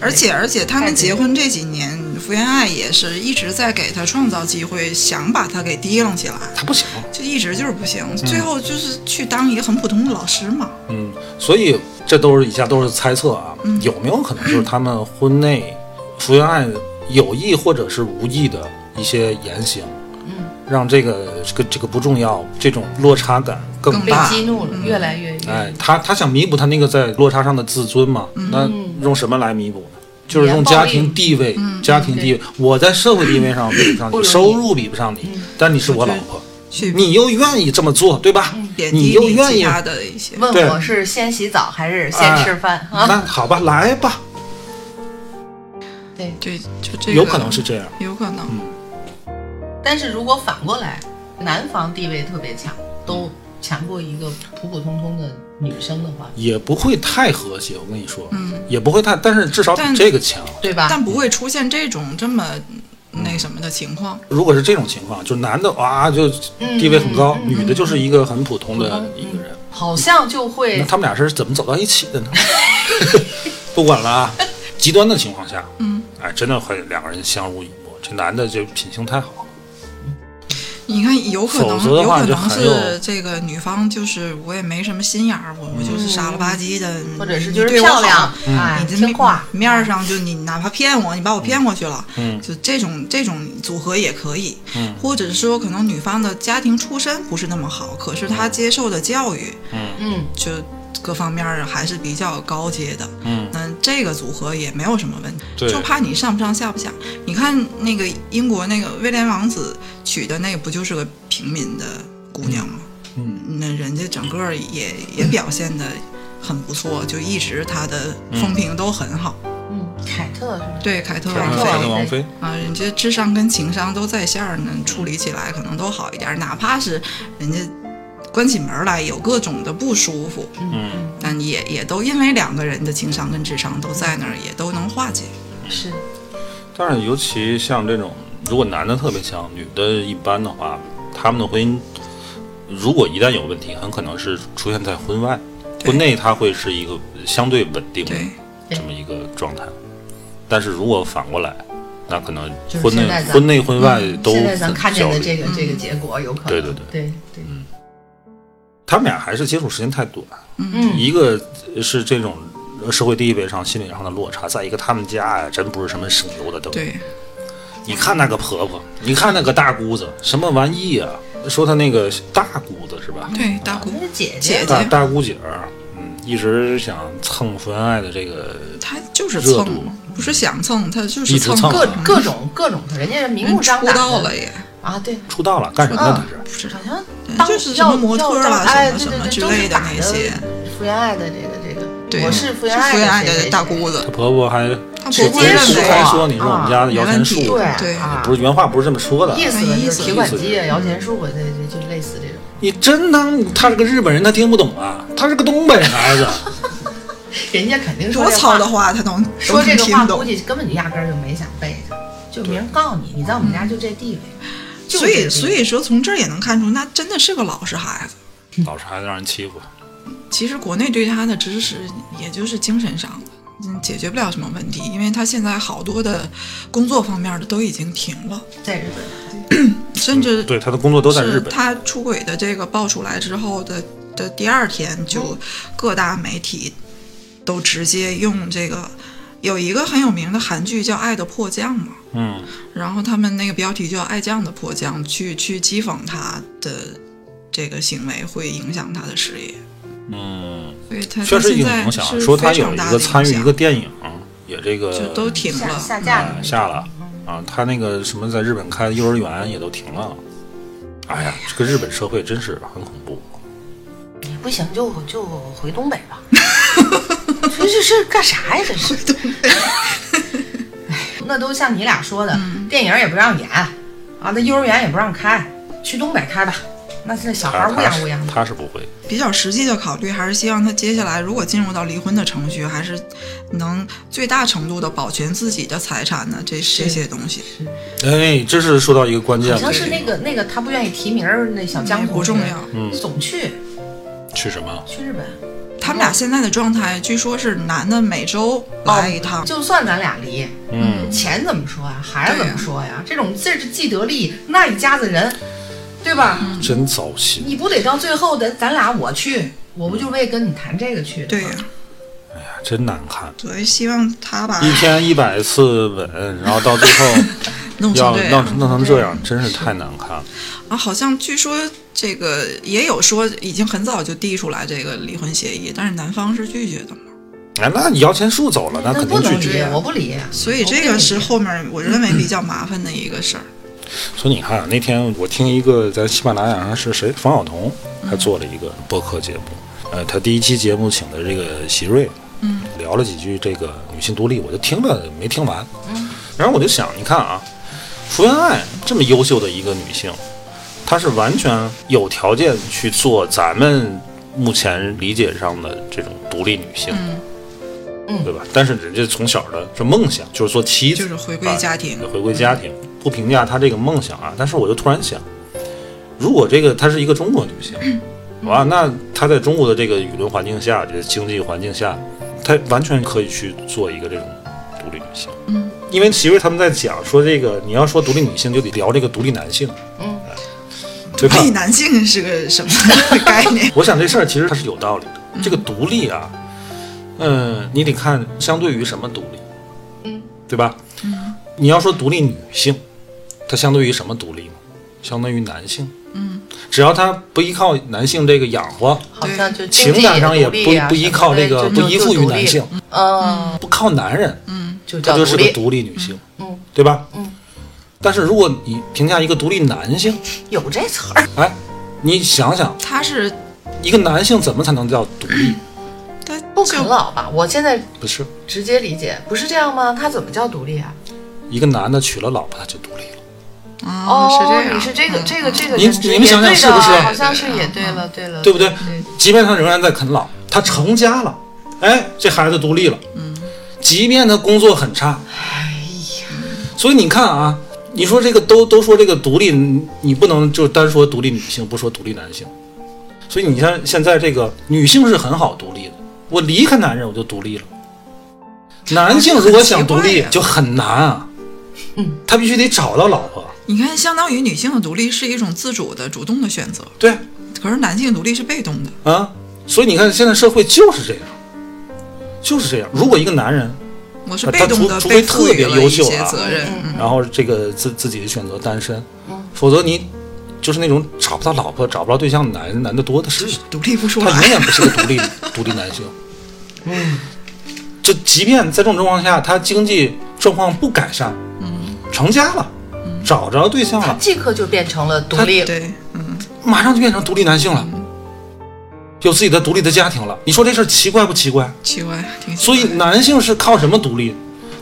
Speaker 3: 而且而且他们结婚这几年，福原爱也是一直在给他创造机会，想把他给提楞起来，
Speaker 1: 她不行，
Speaker 3: 就一直就是不行，最后就是去当一个很普通的老师嘛。
Speaker 1: 嗯，所以这都是以下都是猜测啊，
Speaker 2: 嗯
Speaker 1: 有没有可能就是他们婚内福原爱有意或者是无意的一些言行，
Speaker 2: 嗯，
Speaker 1: 让这个这个这个不重要这种落差感更
Speaker 2: 被
Speaker 1: 大，
Speaker 2: 激怒了，越来
Speaker 3: 嗯
Speaker 2: 越越
Speaker 1: 哎，他他想弥补他那个在落差上的自尊嘛，
Speaker 3: 嗯
Speaker 1: 那用什么来弥补呢？就是用家庭地位，
Speaker 3: 嗯
Speaker 1: 家庭地位，我在社会地位上比不上
Speaker 2: 不
Speaker 1: 你，
Speaker 2: 容易
Speaker 1: 收入比不上
Speaker 3: 嗯
Speaker 1: 你，但你是我老婆，
Speaker 3: 去
Speaker 1: 你又愿意这么做，对吧？
Speaker 3: 嗯贬
Speaker 1: 你
Speaker 3: 低
Speaker 1: 又
Speaker 3: 你
Speaker 1: 愿
Speaker 3: 其
Speaker 1: 意，
Speaker 3: 他的一些，
Speaker 1: 对
Speaker 2: 问我是先洗澡还是先
Speaker 1: 哎
Speaker 2: 吃饭啊？
Speaker 1: 那好吧，来吧，
Speaker 2: 对，
Speaker 3: 对，就这个
Speaker 1: 有可能是这样。
Speaker 3: 有可能。
Speaker 2: 但是如果反过来，男方地位特别强，都强过一个普普通通的女生的话，
Speaker 1: 也不会太和谐，我跟你说，
Speaker 3: 嗯
Speaker 1: 也不会太，但是至少比
Speaker 3: 但
Speaker 1: 这个强。
Speaker 2: 对吧？
Speaker 3: 但不会出现这种这么那
Speaker 1: 嗯
Speaker 3: 什么的情况。
Speaker 1: 如果是这种情况，就男的哇就地位很高，
Speaker 3: 嗯
Speaker 1: 女的就是一个很普通的一个人，
Speaker 2: 好像就会
Speaker 1: 那他们俩是怎么走到一起的呢？ 不管了啊，极端的情况下，嗯，哎，真的会两个人相濡以沫。这男的就品行太好了，
Speaker 3: 你看，有可能
Speaker 1: 否则的
Speaker 3: 有
Speaker 1: 话
Speaker 3: 可能
Speaker 1: 就很有
Speaker 3: 是这个女方就是我也没什么心眼儿，我我就是傻了吧唧的，
Speaker 2: 嗯或者是
Speaker 3: 你
Speaker 2: 就是
Speaker 3: 对我
Speaker 2: 漂
Speaker 3: 好
Speaker 2: 亮，哎
Speaker 3: 你，这
Speaker 2: 听话，
Speaker 3: 面面儿上就你哪怕骗我，你把我骗过去了，
Speaker 1: 嗯
Speaker 3: 就这种这种组合也可以，
Speaker 1: 嗯
Speaker 3: 或者是说可能女方的家庭出身不是那么好，可是她接受的教育
Speaker 2: 嗯，
Speaker 3: 就各方面儿还是比较高阶的，
Speaker 1: 嗯，
Speaker 3: 那这个组合也没有什么问题，
Speaker 1: 对
Speaker 3: 就怕你上不上下不下。你看那个英国那个威廉王子娶的那个不就是个平民的姑娘吗？
Speaker 1: 嗯，
Speaker 3: 那人家整个也也表现的很不错，就一直她的风评都很好。
Speaker 2: 嗯，凯特是吧？
Speaker 3: 对，凯特
Speaker 1: 凯
Speaker 3: 王
Speaker 1: 特
Speaker 3: 妃
Speaker 1: 凯特王妃，
Speaker 3: 啊，人家智商跟情商都在线儿呢，处理起来可能都好一点儿，哪怕是人家。关起门儿来有各种的不舒服，
Speaker 1: 嗯，
Speaker 3: 但也也都因为两个人的情商跟智商都在那儿，也都能化解。
Speaker 2: 是，
Speaker 1: 但是尤其像这种，如果男的特别强，女的一般的话，他们的婚姻如果一旦有问题，很可能是出现在婚外，
Speaker 3: 对
Speaker 1: 婚内它会是一个相对稳定的
Speaker 3: 对
Speaker 1: 这么一个状态。但是如果反过来，那可能
Speaker 2: 就是
Speaker 1: 婚内
Speaker 2: 现在咱嗯
Speaker 1: 婚内婚外都
Speaker 2: 现在
Speaker 1: 很
Speaker 2: 咱看见
Speaker 1: 焦
Speaker 2: 的
Speaker 1: 虑
Speaker 2: 这个这个
Speaker 3: 嗯
Speaker 2: 结果有可能，
Speaker 1: 对对
Speaker 2: 对对
Speaker 1: 他们俩还是接触时间太短，
Speaker 2: 嗯，
Speaker 1: 一个是这种社会地位上、心理上的落差，再一个他们家呀，真不是什么省油的灯。
Speaker 3: 对，
Speaker 1: 你看那个婆婆，你看那个大姑子，什么玩意啊？说她那个大姑子是吧？
Speaker 3: 对，大姑
Speaker 2: 那是姐啊
Speaker 3: 姐
Speaker 1: 大
Speaker 3: 姐，
Speaker 1: 大姑姐儿，嗯，一直想蹭福原爱的这个，
Speaker 3: 她就是
Speaker 1: 热
Speaker 3: 蹭
Speaker 1: 度
Speaker 3: 嘛，不是想蹭，她就
Speaker 1: 一
Speaker 3: 是
Speaker 1: 直
Speaker 3: 蹭
Speaker 1: 蹭
Speaker 3: 各
Speaker 1: 啊
Speaker 2: 各各种各种，人家明目张
Speaker 3: 嗯出
Speaker 2: 胆的
Speaker 3: 道了也，
Speaker 2: 啊，对，
Speaker 1: 出道了干什么呢？她是
Speaker 3: 不知道
Speaker 2: 好。像
Speaker 3: 对
Speaker 2: 当
Speaker 3: 就是什么模特儿
Speaker 2: 啊
Speaker 3: 啊，
Speaker 2: 哎
Speaker 3: 什
Speaker 2: 对
Speaker 3: 么什
Speaker 2: 对
Speaker 3: 么
Speaker 2: 对
Speaker 3: 之
Speaker 2: 都
Speaker 3: 类
Speaker 2: 是打
Speaker 3: 那些，
Speaker 2: 福原爱的这个这个，
Speaker 3: 对，
Speaker 2: 我是
Speaker 3: 福
Speaker 2: 福原爱
Speaker 3: 原爱
Speaker 2: 谁谁
Speaker 3: 的
Speaker 2: 谁
Speaker 3: 大姑子，
Speaker 1: 她婆婆还
Speaker 3: 她
Speaker 1: 直
Speaker 3: 不
Speaker 1: 接
Speaker 3: 会认
Speaker 1: 公
Speaker 3: 为
Speaker 1: 开
Speaker 2: 啊
Speaker 1: 说你是我们家的摇钱树
Speaker 3: 没，
Speaker 2: 对
Speaker 3: 问题对
Speaker 2: 啊，
Speaker 1: 不是原话不是这么说的。
Speaker 2: 意思吧就是铁管
Speaker 1: 意思
Speaker 2: 机啊、摇钱树啊，这这就类似这种。
Speaker 1: 你真当他是个日本人，他听不懂啊？他是个东北孩 子，
Speaker 2: 人家肯定说
Speaker 3: 多
Speaker 2: 这
Speaker 3: 糙
Speaker 2: 话
Speaker 3: 的话她能
Speaker 2: 说这
Speaker 3: 能
Speaker 2: 个
Speaker 3: 听
Speaker 2: 话，
Speaker 3: 懂
Speaker 2: 估。计根本就压根儿就没想背着，就没人告诉你，你在我们家就这地位。就
Speaker 3: 嗯所以，
Speaker 2: 这地位
Speaker 3: 所以说从这儿也能看出，那真的是个老实孩子。
Speaker 1: 老是还让人欺负。
Speaker 3: 其实国内对他的支持，也就是精神上的，嗯解决不了什么问题，因为他现在好多的工作方面的都已经停了，
Speaker 2: 在日本，
Speaker 3: 甚至
Speaker 1: 嗯对，他的工作都在
Speaker 3: 是
Speaker 1: 日本。
Speaker 3: 他出轨的这个爆出来之后的的第二天，就
Speaker 1: 嗯
Speaker 3: 各大媒体都直接用这个，有一个很有名的韩剧叫《爱的迫降》嘛，
Speaker 1: 嗯，
Speaker 3: 然后他们那个标题叫“爱将的迫降”，去去讥讽他的这个行为会影响他的事业。
Speaker 1: 嗯，
Speaker 3: 所以他
Speaker 1: 确
Speaker 3: 他
Speaker 1: 实
Speaker 3: 现
Speaker 1: 有
Speaker 3: 在
Speaker 1: 影
Speaker 3: 是
Speaker 1: 响。啊说他
Speaker 3: 非
Speaker 1: 有
Speaker 3: 常
Speaker 1: 一
Speaker 3: 大
Speaker 1: 个
Speaker 3: 的
Speaker 1: 参与
Speaker 3: 影
Speaker 1: 一
Speaker 3: 响
Speaker 1: 个电影，也这个
Speaker 3: 就都停
Speaker 2: 下
Speaker 3: 了。
Speaker 2: 下架
Speaker 1: 呃
Speaker 2: 了，
Speaker 1: 下了啊，他那个什么在日本开的幼儿园也都停了。哎呀，这个日本社会真是很恐怖。
Speaker 2: 不行就就回东北吧。这这是干啥呀？这是回东北。那都像你俩说的，
Speaker 3: 嗯
Speaker 2: 电影也不让演啊，那幼儿园也不让开，去东北开吧。那这小孩
Speaker 1: 他
Speaker 2: 儿乌
Speaker 1: 他
Speaker 2: 泱乌泱
Speaker 1: 是
Speaker 2: 的，
Speaker 1: 他是不会，
Speaker 3: 比较实际的考虑，还是希望他接下来如果进入到离婚的程序，还是能最大程度的保全自己的财产呢，这这些东西。
Speaker 1: 哎，这是说到一个关键
Speaker 2: 好
Speaker 1: 问题，
Speaker 2: 像是那个那个他不愿意提名儿那小江
Speaker 3: 嗯
Speaker 2: 同
Speaker 3: 不
Speaker 2: 学
Speaker 3: 重要
Speaker 1: 嗯
Speaker 2: 总去
Speaker 1: 去什么？
Speaker 2: 去日本。
Speaker 3: 他们俩现在的状态，据说是男的每周
Speaker 2: 哦
Speaker 3: 来一趟，
Speaker 2: 就算咱俩离，
Speaker 1: 嗯，
Speaker 2: 钱怎么说呀？孩子怎么说呀？这种这是既得利益，那一家子人，对吧？
Speaker 1: 真糟心。
Speaker 2: 你不得到最后的，咱俩我去，我不就为跟你谈这个去的
Speaker 3: 对
Speaker 2: 吗？
Speaker 3: 呀、
Speaker 1: 啊真难看，
Speaker 3: 所以希望他
Speaker 2: 哎
Speaker 3: 把
Speaker 1: 一天一百次吻，然后到 最后
Speaker 3: 弄成
Speaker 1: 要
Speaker 3: 这
Speaker 1: 弄
Speaker 3: 样。
Speaker 1: 弄成这样，真是太难看了。
Speaker 3: 啊，好像据说这个也有说已经很早就递出来这个离婚协议，但是男方是拒绝的嘛。
Speaker 1: 哎，那你摇钱树走了，那
Speaker 2: 那
Speaker 1: 肯
Speaker 2: 不
Speaker 1: 定拒
Speaker 2: 能
Speaker 1: 绝。啊
Speaker 2: 离，我不离。
Speaker 3: 所以这个是后面我认为比较麻烦的一个事儿。
Speaker 1: 嗯所以你看啊，那天我听一个在喜马拉雅上是谁，冯晓彤，他做了一个播客节目。呃，他第一期节目请的这个席瑞，嗯，聊了几句这个女性独立，我就听了没听完。嗯，然后我就想，你看啊，福原爱这么优秀的一个女性，她是完全有条件去做咱们目前理解上的这种独立女性。
Speaker 2: 嗯
Speaker 1: 对吧？但是人家从小的这梦想就是做妻子，
Speaker 3: 就是回归
Speaker 1: 啊
Speaker 3: 家庭嗯
Speaker 1: 回归家庭。不评价她这个梦想啊，但是我就突然想，如果这个她是一个中国女性， 哇，那她在中国的这个舆论环境下，这个经济环境下，她完全可以去做一个这种独立女性。嗯，因为其实他们在讲说这个，你要说独立女性，就得聊这个独立男性。
Speaker 2: 嗯
Speaker 1: 哎，对吧？
Speaker 3: 立男性是个什么 概 念？
Speaker 1: 我想这事儿其实它是有道理的。这个独立啊，嗯，你得看相对于什么独立，
Speaker 2: 嗯，
Speaker 1: 对吧？嗯，你要说独立女性，它相对于什么独立呢？相当于男性。
Speaker 3: 嗯，
Speaker 1: 只要她不依靠男性这个养活，
Speaker 2: 好像就经
Speaker 1: 情
Speaker 2: 济
Speaker 1: 感上也
Speaker 2: 独
Speaker 1: 不
Speaker 2: 立啊
Speaker 1: 不依靠这个，
Speaker 2: 什么
Speaker 1: 不
Speaker 2: 的
Speaker 1: 依附于男，性
Speaker 2: 就，就独立嗯，
Speaker 1: 不靠男人，
Speaker 2: 就
Speaker 1: 她
Speaker 2: 叫
Speaker 1: 就是
Speaker 2: 独
Speaker 1: 个
Speaker 2: 立。
Speaker 1: 独立女性，
Speaker 2: 嗯，
Speaker 1: 对吧？
Speaker 2: 嗯。
Speaker 1: 但是如果你评价一个独立男性，
Speaker 2: 有这词儿，
Speaker 1: 哎，你想想，
Speaker 3: 他是
Speaker 1: 一个男性怎么才能叫独立？
Speaker 3: 他
Speaker 2: 不啃
Speaker 3: 就
Speaker 2: 老吧？我现在
Speaker 1: 不是
Speaker 2: 直接理解，不是这样吗？他怎么叫独立啊？
Speaker 1: 一个男的娶了老婆他就独立了。
Speaker 3: 哦是这样，
Speaker 2: 你是这个
Speaker 3: 嗯
Speaker 2: 这个这个
Speaker 1: 您
Speaker 2: 认知，
Speaker 1: 你们想想
Speaker 2: 也对
Speaker 1: 是不是
Speaker 2: 的好像是也对了，对了，
Speaker 1: 对嗯不对？即便他仍然在啃老，他成家了，哎，这孩子独立了，嗯，即便他工作很差，
Speaker 2: 哎呀，
Speaker 1: 所以你看啊，你说这个都都说这个独立，你你不能就单说独立女性，不说独立男性。所以你看现在这个女性是很好独立的，我离开男人我就独立了。男性如果想独立就很难啊，他必须得找到老婆。
Speaker 3: 你看，相当于女性的独立是一种自主的、主动的选择，
Speaker 1: 对
Speaker 3: 可是男性独立是被动的。
Speaker 1: 啊，所以你看现在社会就是这样，就是这样。如果一个男人
Speaker 3: 我是
Speaker 1: 啊
Speaker 3: 被
Speaker 1: 他
Speaker 3: 动
Speaker 1: 除
Speaker 3: 的，
Speaker 1: 除非
Speaker 3: 被赋
Speaker 1: 特
Speaker 3: 予
Speaker 1: 别
Speaker 3: 了
Speaker 1: 优
Speaker 3: 一
Speaker 1: 秀
Speaker 3: 些
Speaker 1: 啊
Speaker 3: 责任。嗯
Speaker 1: 然后这个自自己选择单身，否则你就是那种找不到老婆、找不着对象的男男的多的是，
Speaker 3: 独立不出
Speaker 1: 他
Speaker 3: 来
Speaker 1: 永。远不是个独立独立男性。嗯，就即便在这种状况下，他经济状况不改善，嗯，成家了，找着对象
Speaker 2: 他
Speaker 1: 了，
Speaker 2: 即刻就变成了独立，
Speaker 3: 对，嗯，
Speaker 1: 马上就变成独立男性了，有自己的独立的家庭了。你说这事儿奇怪不奇怪？
Speaker 3: 奇怪，挺奇
Speaker 1: 所
Speaker 3: 怪
Speaker 1: 以男性是靠什么独立？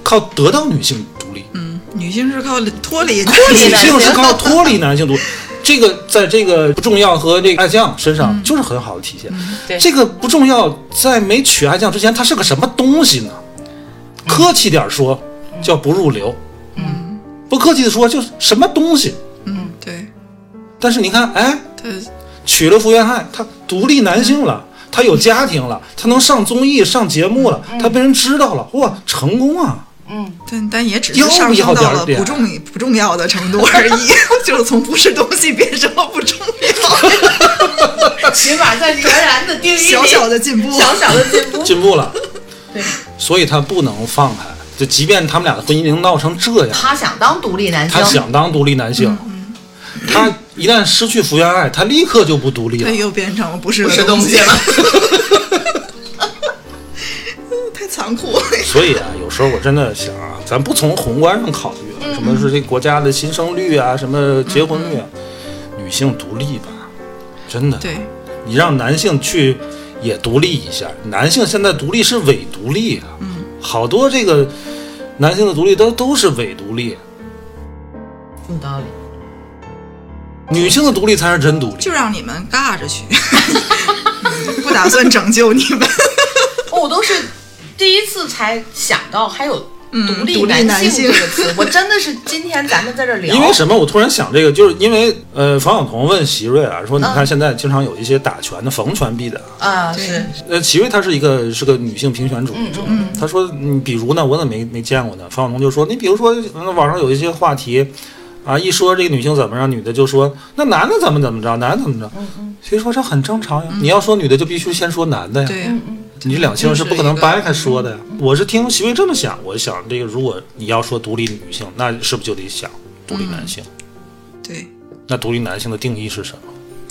Speaker 1: 靠得到女性独立。
Speaker 3: 嗯，女性是靠脱离脱
Speaker 1: 女性是靠脱离男性独立，这个在这个不重要和这个爱酱身上就是很好的体现。
Speaker 2: 对
Speaker 1: 这个不重要在没娶爱酱之前，它是个什么东西呢？客气点说，叫不入流。嗯，不客气的说，就是什么东西。
Speaker 3: 嗯，对，
Speaker 1: 但是你看，哎，
Speaker 3: 她
Speaker 1: 娶了福原爱，她独立男性了。她有家庭了，她能上综艺、上节目了，她被人知道了，哇，成功啊！
Speaker 3: 但但也只是
Speaker 1: 要不
Speaker 3: 上
Speaker 1: 要点
Speaker 3: 升到
Speaker 1: 儿啊
Speaker 3: 了
Speaker 1: 点
Speaker 3: 不重不重要的程度而已， 就是从不是东西变成了不重 要，
Speaker 2: 起码在卓然的定义里
Speaker 3: 小小的进步。
Speaker 2: 小小的进步。
Speaker 1: 进步了， 所以他不能放开。就即便他们俩的婚姻已经闹成这样，
Speaker 2: 他想当独立男
Speaker 1: 他
Speaker 2: 性，
Speaker 1: 想当独立男性，他一旦失去福原爱，他立刻就不独立
Speaker 3: 它
Speaker 1: 了。
Speaker 3: 又变成了不是
Speaker 2: 不是
Speaker 3: 的
Speaker 2: 东西
Speaker 3: 西，
Speaker 2: 了，
Speaker 3: 太残酷了。
Speaker 1: 所以啊，有时候我真的想啊，咱不从宏观上考虑啊了，什么是这国家的新生率啊，什么结婚率啊，女性独立吧，真的，
Speaker 3: 对，
Speaker 1: 你让男性去也独立一下，男性现在独立是伪独立啊，
Speaker 2: 嗯
Speaker 1: 好多这个男性的独立都都是伪独立，
Speaker 2: 有道理。
Speaker 1: 女性的独立才是真独立。
Speaker 3: 就让你们尬着去， 嗯不打算拯救你们。
Speaker 2: 哦我都是第一次才想到还有独立
Speaker 3: 独立男
Speaker 2: 性这
Speaker 3: 性
Speaker 2: 个词，我真的是今天咱们在这儿聊，
Speaker 1: 因为什么？我突然想这个，就是因为呃，冯小彤问席瑞啊，说你
Speaker 2: 嗯
Speaker 1: 看现在经常有一些打拳的逢拳必打。
Speaker 2: 啊是
Speaker 1: 呃，席瑞她是一个是个女性评选主
Speaker 3: 嗯
Speaker 1: 义者，她说你比如呢，我怎么没没见过呢？冯小彤就说你比如说、嗯网上有一些话题。啊，一说这个女性怎么样，女的就说那男的怎么怎么着，男的怎么着。
Speaker 3: 嗯
Speaker 1: 所以说这很正常呀。你要说女的，就必须先说男的呀。
Speaker 3: 对，
Speaker 1: 你这两性是不可能
Speaker 3: 就是一个嗯
Speaker 1: 掰开说的呀。我是听徐薇这么想，我想这个，如果你要说独立女性，那是不是就得想独立男性？
Speaker 3: 对，
Speaker 1: 那独立男性的定义是什么？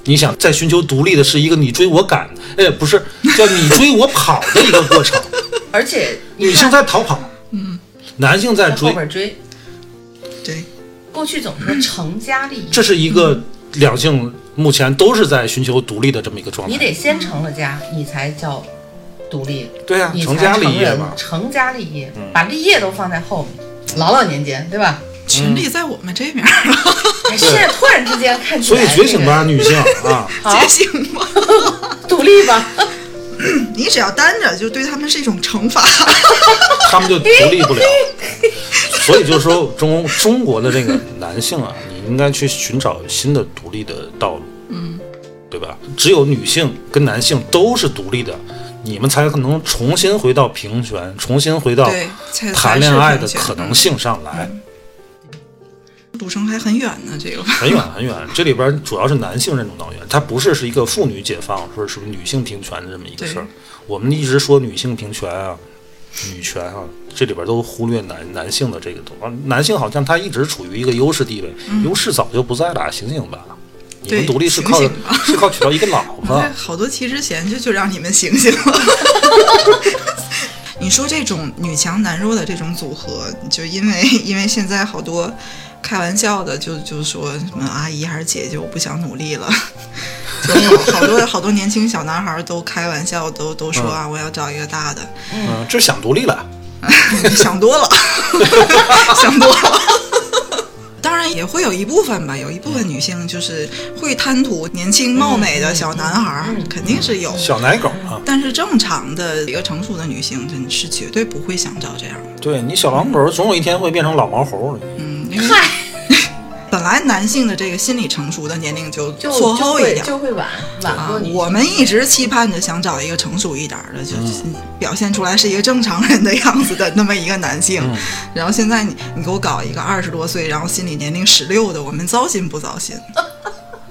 Speaker 1: 你想在寻求独立的是一个你追我赶，哎，不是叫你追我跑的一个过程，
Speaker 2: 而且
Speaker 1: 女性在逃跑，嗯，男性在
Speaker 2: 在后
Speaker 1: 追，
Speaker 2: 边追，
Speaker 3: 对，
Speaker 2: 过去总说成家立业，
Speaker 1: 这是一个两性目前都是在寻求独立的这么一个状
Speaker 2: 你
Speaker 1: 态。
Speaker 2: 得先成了家，你才叫独立，
Speaker 1: 对啊，
Speaker 2: 你才
Speaker 1: 成家立业
Speaker 2: 人
Speaker 1: 嘛，嗯
Speaker 2: 成家立业，把立业都放在后面，老老年间，对吧？
Speaker 3: 权力在我们这边儿了，
Speaker 2: 哎，现在突然之间看起
Speaker 1: 所
Speaker 2: 来，
Speaker 1: 以觉醒吧，，女性啊，
Speaker 3: 觉醒吧！
Speaker 2: 独立吧，
Speaker 3: 你只要单着，就对他们是一种惩罚。
Speaker 1: 他们就独立不了。所以就是说，中中国的这个男性啊，你应该去寻找新的独立的道路，嗯，对吧？只有女性跟男性都是独立的，你们才可能重新回到平权，重新回到
Speaker 3: 对才
Speaker 1: 谈恋爱的
Speaker 3: 才是平权嗯
Speaker 1: 可能性上来。
Speaker 3: 路程还很远呢，这个
Speaker 1: 很远很远，这里边主要是男性认同导员，它不是是一个妇女解放，说是女性平权的这么一个事儿
Speaker 3: 对。
Speaker 1: 我们一直说女性平权啊、女权啊，这里边都忽略男男性的这个东西。男性好像他一直处于一个优势地位，优势早就不在了，醒醒吧！你们
Speaker 3: 嗯对
Speaker 1: 独立是靠
Speaker 3: 醒醒吧
Speaker 1: 是靠娶到一个老 婆
Speaker 3: 在，好多期之前就就让你们醒醒了。 你说这种女强男弱的这种组合，就因为因为现在好多开玩笑的就就说什么阿姨还是姐姐，我不想努力了。 就好好多好多年轻小男孩都开玩笑，都都说啊，我要找一个大的。
Speaker 1: 嗯，这 想独立了。
Speaker 3: 想多了，想多了。当然也会有一部分吧，有一部分女性就是会贪图年轻貌美的小男孩儿，肯定是有。
Speaker 1: 小奶狗啊，
Speaker 3: 但是正常的一个成熟的女性，真是绝对不会想到这样的。
Speaker 1: 对你小狼狗总有一天会变成老毛猴的。
Speaker 3: 嗯，因为 本来男性的这个心理成熟的年龄就
Speaker 2: 就
Speaker 3: 落
Speaker 2: 就
Speaker 3: 后一
Speaker 2: 会
Speaker 3: 点。
Speaker 2: 就会晚晚
Speaker 3: 啊
Speaker 2: 过你。，
Speaker 3: 我们一直期盼着想找一个成熟一点儿的，就是表现出来是一个正常人的样子的那么一个男性。然后现在你你给我搞一个二十多岁，然后心理年龄十六的，我们糟心不糟心？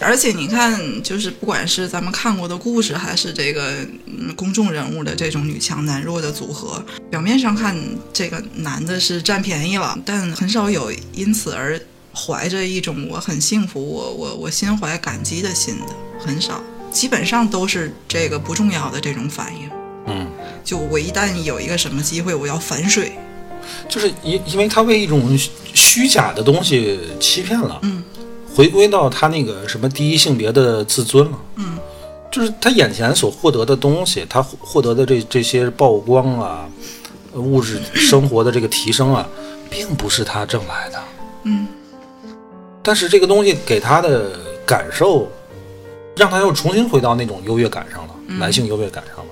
Speaker 3: 而且你看，就是不管是咱们看过的故事，还是这个嗯公众人物的这种女强男弱的组合，表面上看这个男的是占便宜了，但很少有因此而怀着一种我很幸福，我我我心怀感激的心的，很少，基本上都是这个不重要的这种反应。
Speaker 1: 嗯，
Speaker 3: 就我一旦有一个什么机会，我要反水，
Speaker 1: 就是因因为他被一种虚虚假的东西欺骗了，
Speaker 3: 嗯，
Speaker 1: 回归到他那个什么第一性别的自尊了，嗯，就是他眼前所获得的东西，他获获得的这这些曝光啊，呃物质生活的这个提升啊，并不是他挣来的，
Speaker 3: 嗯，
Speaker 1: 但是这个东西给他的感受，让他又重新回到那种优越感上了，
Speaker 3: 嗯
Speaker 1: 男性优越感上了，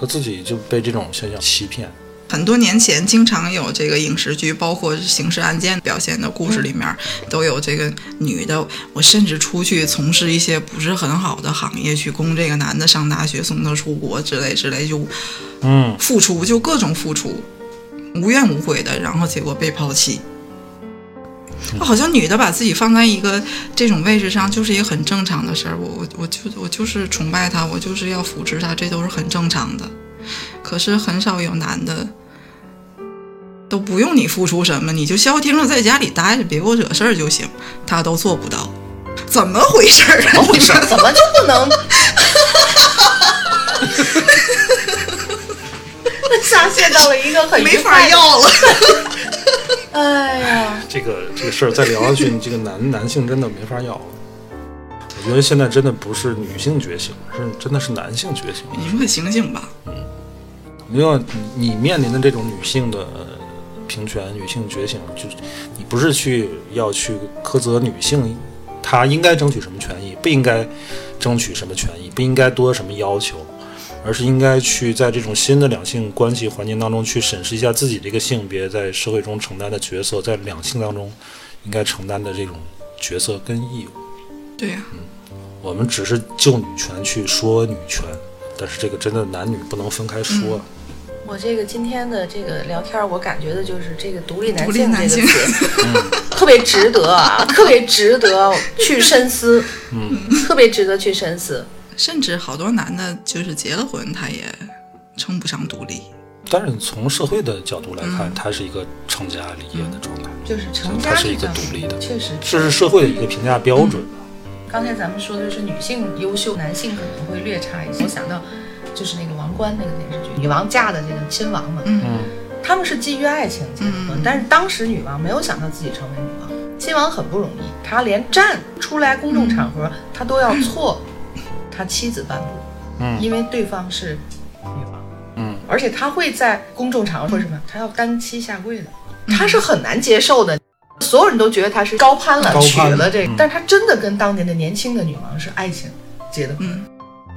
Speaker 1: 他自己就被这种现象欺骗，
Speaker 3: 很多年前，经常有这个影视剧，包括刑事案件表现的故事里面，都有这个女的，我甚至出去从事一些不是很好的行业，去供这个男的上大学，送他出国之类之类，就
Speaker 1: 嗯。
Speaker 3: 付出，就各种付出，无怨无悔的，然后结果被抛弃。好像女的把自己放在一个这种位置上，就是一个很正常的事儿。我我我就我就是崇拜她，我就是要扶持她，这都是很正常的。可是很少有男的都不用你付出什么，你就消停的在家里待着，别给我惹事儿就行，他都做不到。怎么回事儿啊？你们
Speaker 2: 怎么就不 能？下线到了一个很愉
Speaker 3: 没
Speaker 2: 快
Speaker 3: 法
Speaker 2: 的。
Speaker 3: 要了。
Speaker 2: 哎呀，
Speaker 1: 这个这个事儿再聊下去，你这个男男性真的没法要了。我觉得现在真的不是女性觉醒，是真的是男性觉醒。
Speaker 3: 你们快醒醒吧！
Speaker 1: 因为你面临的这种女性的呃平权、女性觉醒，就是你不是去要去苛责女性，她应该争取什么权益，不应该争取什么权益，不应该多什么要求，而是应该去在这种新的两性关系环境当中去审视一下自己这个性别在社会中承担的角色，在两性当中应该承担的这种角色跟义务。
Speaker 3: 对呀、
Speaker 1: 我们只是就女权去说女权，但是这个真的男女不能分开说。啊
Speaker 2: 我这个今天的这个聊天儿，我感觉的就是这个独立男
Speaker 3: 独立
Speaker 2: 性这
Speaker 3: 男
Speaker 2: 个
Speaker 3: 性
Speaker 2: 词，
Speaker 1: 嗯
Speaker 2: 特别值得啊，特别值得去深思，嗯，特别值得去深思。
Speaker 3: 甚至好多男的，就是结了婚，他也称不上独立。
Speaker 1: 但是从社会的角度来看，他是一个成家立业的状态，
Speaker 2: 就是成家
Speaker 1: 他是一
Speaker 2: 立
Speaker 1: 个
Speaker 2: 丈
Speaker 1: 独立的，
Speaker 2: 确实。
Speaker 1: 这是社会的一个评价标准。
Speaker 2: 刚才咱们说的就是女性优秀，男性可能会略差一些。我想到就是那个王冠那个电视剧，女王嫁的这个亲王嘛，
Speaker 3: 嗯
Speaker 2: 他们是基于爱情结的婚，
Speaker 3: 嗯
Speaker 2: 但是当时女王没有想到自己成为女王，亲王很不容易，他连站出来公众场合、他都要错他妻子半步，
Speaker 1: 嗯
Speaker 2: 因为对方是女王，
Speaker 1: 嗯，
Speaker 2: 而且他会在公众场合说什么，他要单膝下跪的，他是很难接受的。所有人都觉得他是高攀了，
Speaker 1: 高
Speaker 2: 娶
Speaker 1: 攀
Speaker 2: 了这个
Speaker 1: 嗯，
Speaker 2: 但是他真的跟当年的年轻的女王是爱情结的婚。
Speaker 3: 嗯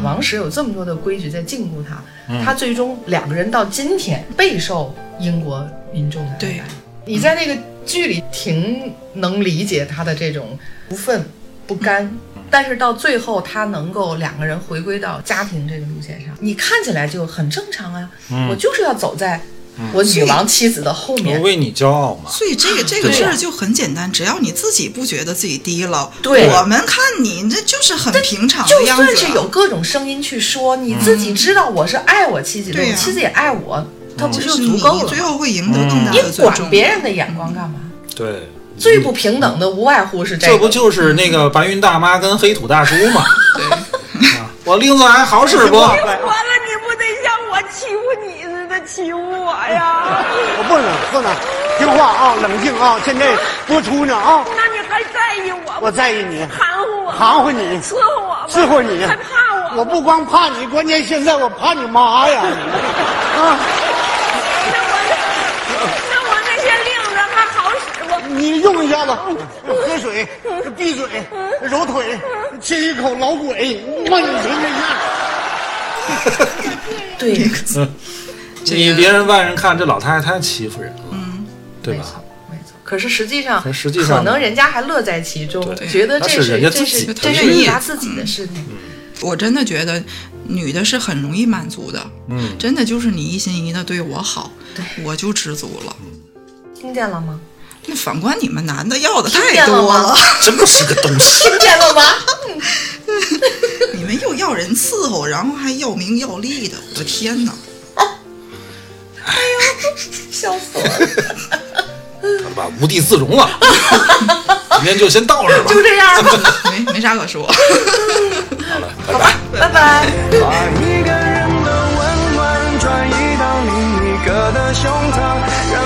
Speaker 2: 王室有这么多的规矩在禁锢他，他最终两个人到今天备受英国民众的爱戴
Speaker 3: 对
Speaker 2: 你在那个剧里挺能理解他的这种不忿、不甘，
Speaker 3: 嗯
Speaker 2: 但是到最后他能够两个人回归到家庭这个路线上，你看起来就很正常啊。我就是要走在我女王妻子的后面
Speaker 1: 我，为你骄傲嘛，
Speaker 3: 所以这
Speaker 2: 啊
Speaker 3: 个这个
Speaker 1: 对
Speaker 3: 事
Speaker 1: 呀
Speaker 3: 儿就很简单，只要你自己不觉得自己低了，
Speaker 2: 对
Speaker 3: 我们看你这就是很平常的
Speaker 2: 就
Speaker 3: 样子啊。
Speaker 2: 算是有各种声音去说，你自己知道我是爱我妻子的，
Speaker 3: 对呀
Speaker 2: 我妻子也爱我，他不
Speaker 3: 就是
Speaker 2: 足
Speaker 3: 你
Speaker 2: 够了
Speaker 3: 最
Speaker 2: 吗？
Speaker 3: 后会赢得更大
Speaker 2: 你
Speaker 1: 啊
Speaker 3: 的尊重。
Speaker 2: 管别人的眼光干嘛？
Speaker 1: 对，
Speaker 2: 最不平等的无外乎是这
Speaker 1: 这不
Speaker 2: 个。
Speaker 1: 就是那个白云大妈跟黑土大叔吗？对， 啊、我令子还好使不？
Speaker 5: 完了，你不得像我欺负你似的欺负我呀？
Speaker 6: 我不冷不冷，听话啊，冷静啊！现在播出呢啊，
Speaker 5: 那你还在意我
Speaker 6: 我在意你，
Speaker 5: 含糊我
Speaker 6: 含糊你，
Speaker 5: 伺候我
Speaker 6: 伺候你，我不光怕你，关键现在我怕你妈 呀！啊，
Speaker 5: 那我那我那些令子还好使不？嗯
Speaker 6: 你用一下子，喝水，闭嘴，揉腿，亲一口老鬼，骂你谁谁样。
Speaker 5: 嗯
Speaker 2: 对，
Speaker 3: 这
Speaker 1: 你
Speaker 3: 个
Speaker 1: 别人外人看这老太太太欺负人了，对
Speaker 2: 没
Speaker 1: 吧？
Speaker 2: 错，没错。可是实际上，
Speaker 1: 可实际上
Speaker 2: 可能人家还乐在其中，
Speaker 1: 对
Speaker 2: 觉得这
Speaker 1: 那是人家
Speaker 2: 这
Speaker 1: 自己
Speaker 2: 是
Speaker 1: 的嗯
Speaker 2: 这
Speaker 3: 事
Speaker 2: 是
Speaker 3: 情
Speaker 2: 他自己的事情。
Speaker 3: 我真的觉得女的是很容易满足的，
Speaker 1: 嗯，
Speaker 3: 真的就是你一心一意的对我好，
Speaker 2: 对
Speaker 3: 我就知足了。
Speaker 2: 听见了吗？
Speaker 3: 那反观你们男的要的
Speaker 2: 听
Speaker 3: 太
Speaker 2: 见了
Speaker 3: 多
Speaker 2: 吗
Speaker 3: 了，？
Speaker 1: 真不是个东西。
Speaker 2: 听见了吗？
Speaker 3: 你们又要人伺候，然后还要名要利的，我的天哪！
Speaker 2: 笑死我了！
Speaker 1: 好吧，无地自容了。今天就先到这儿吧
Speaker 2: 就，这样吧，
Speaker 3: 没没啥可说。
Speaker 1: 好了，拜拜。
Speaker 2: 拜拜。
Speaker 7: 把一个人的温暖转移到另一个的胸膛，让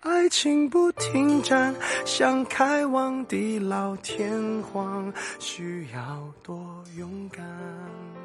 Speaker 7: 爱情不停站，想开往地老天荒，需要多勇敢。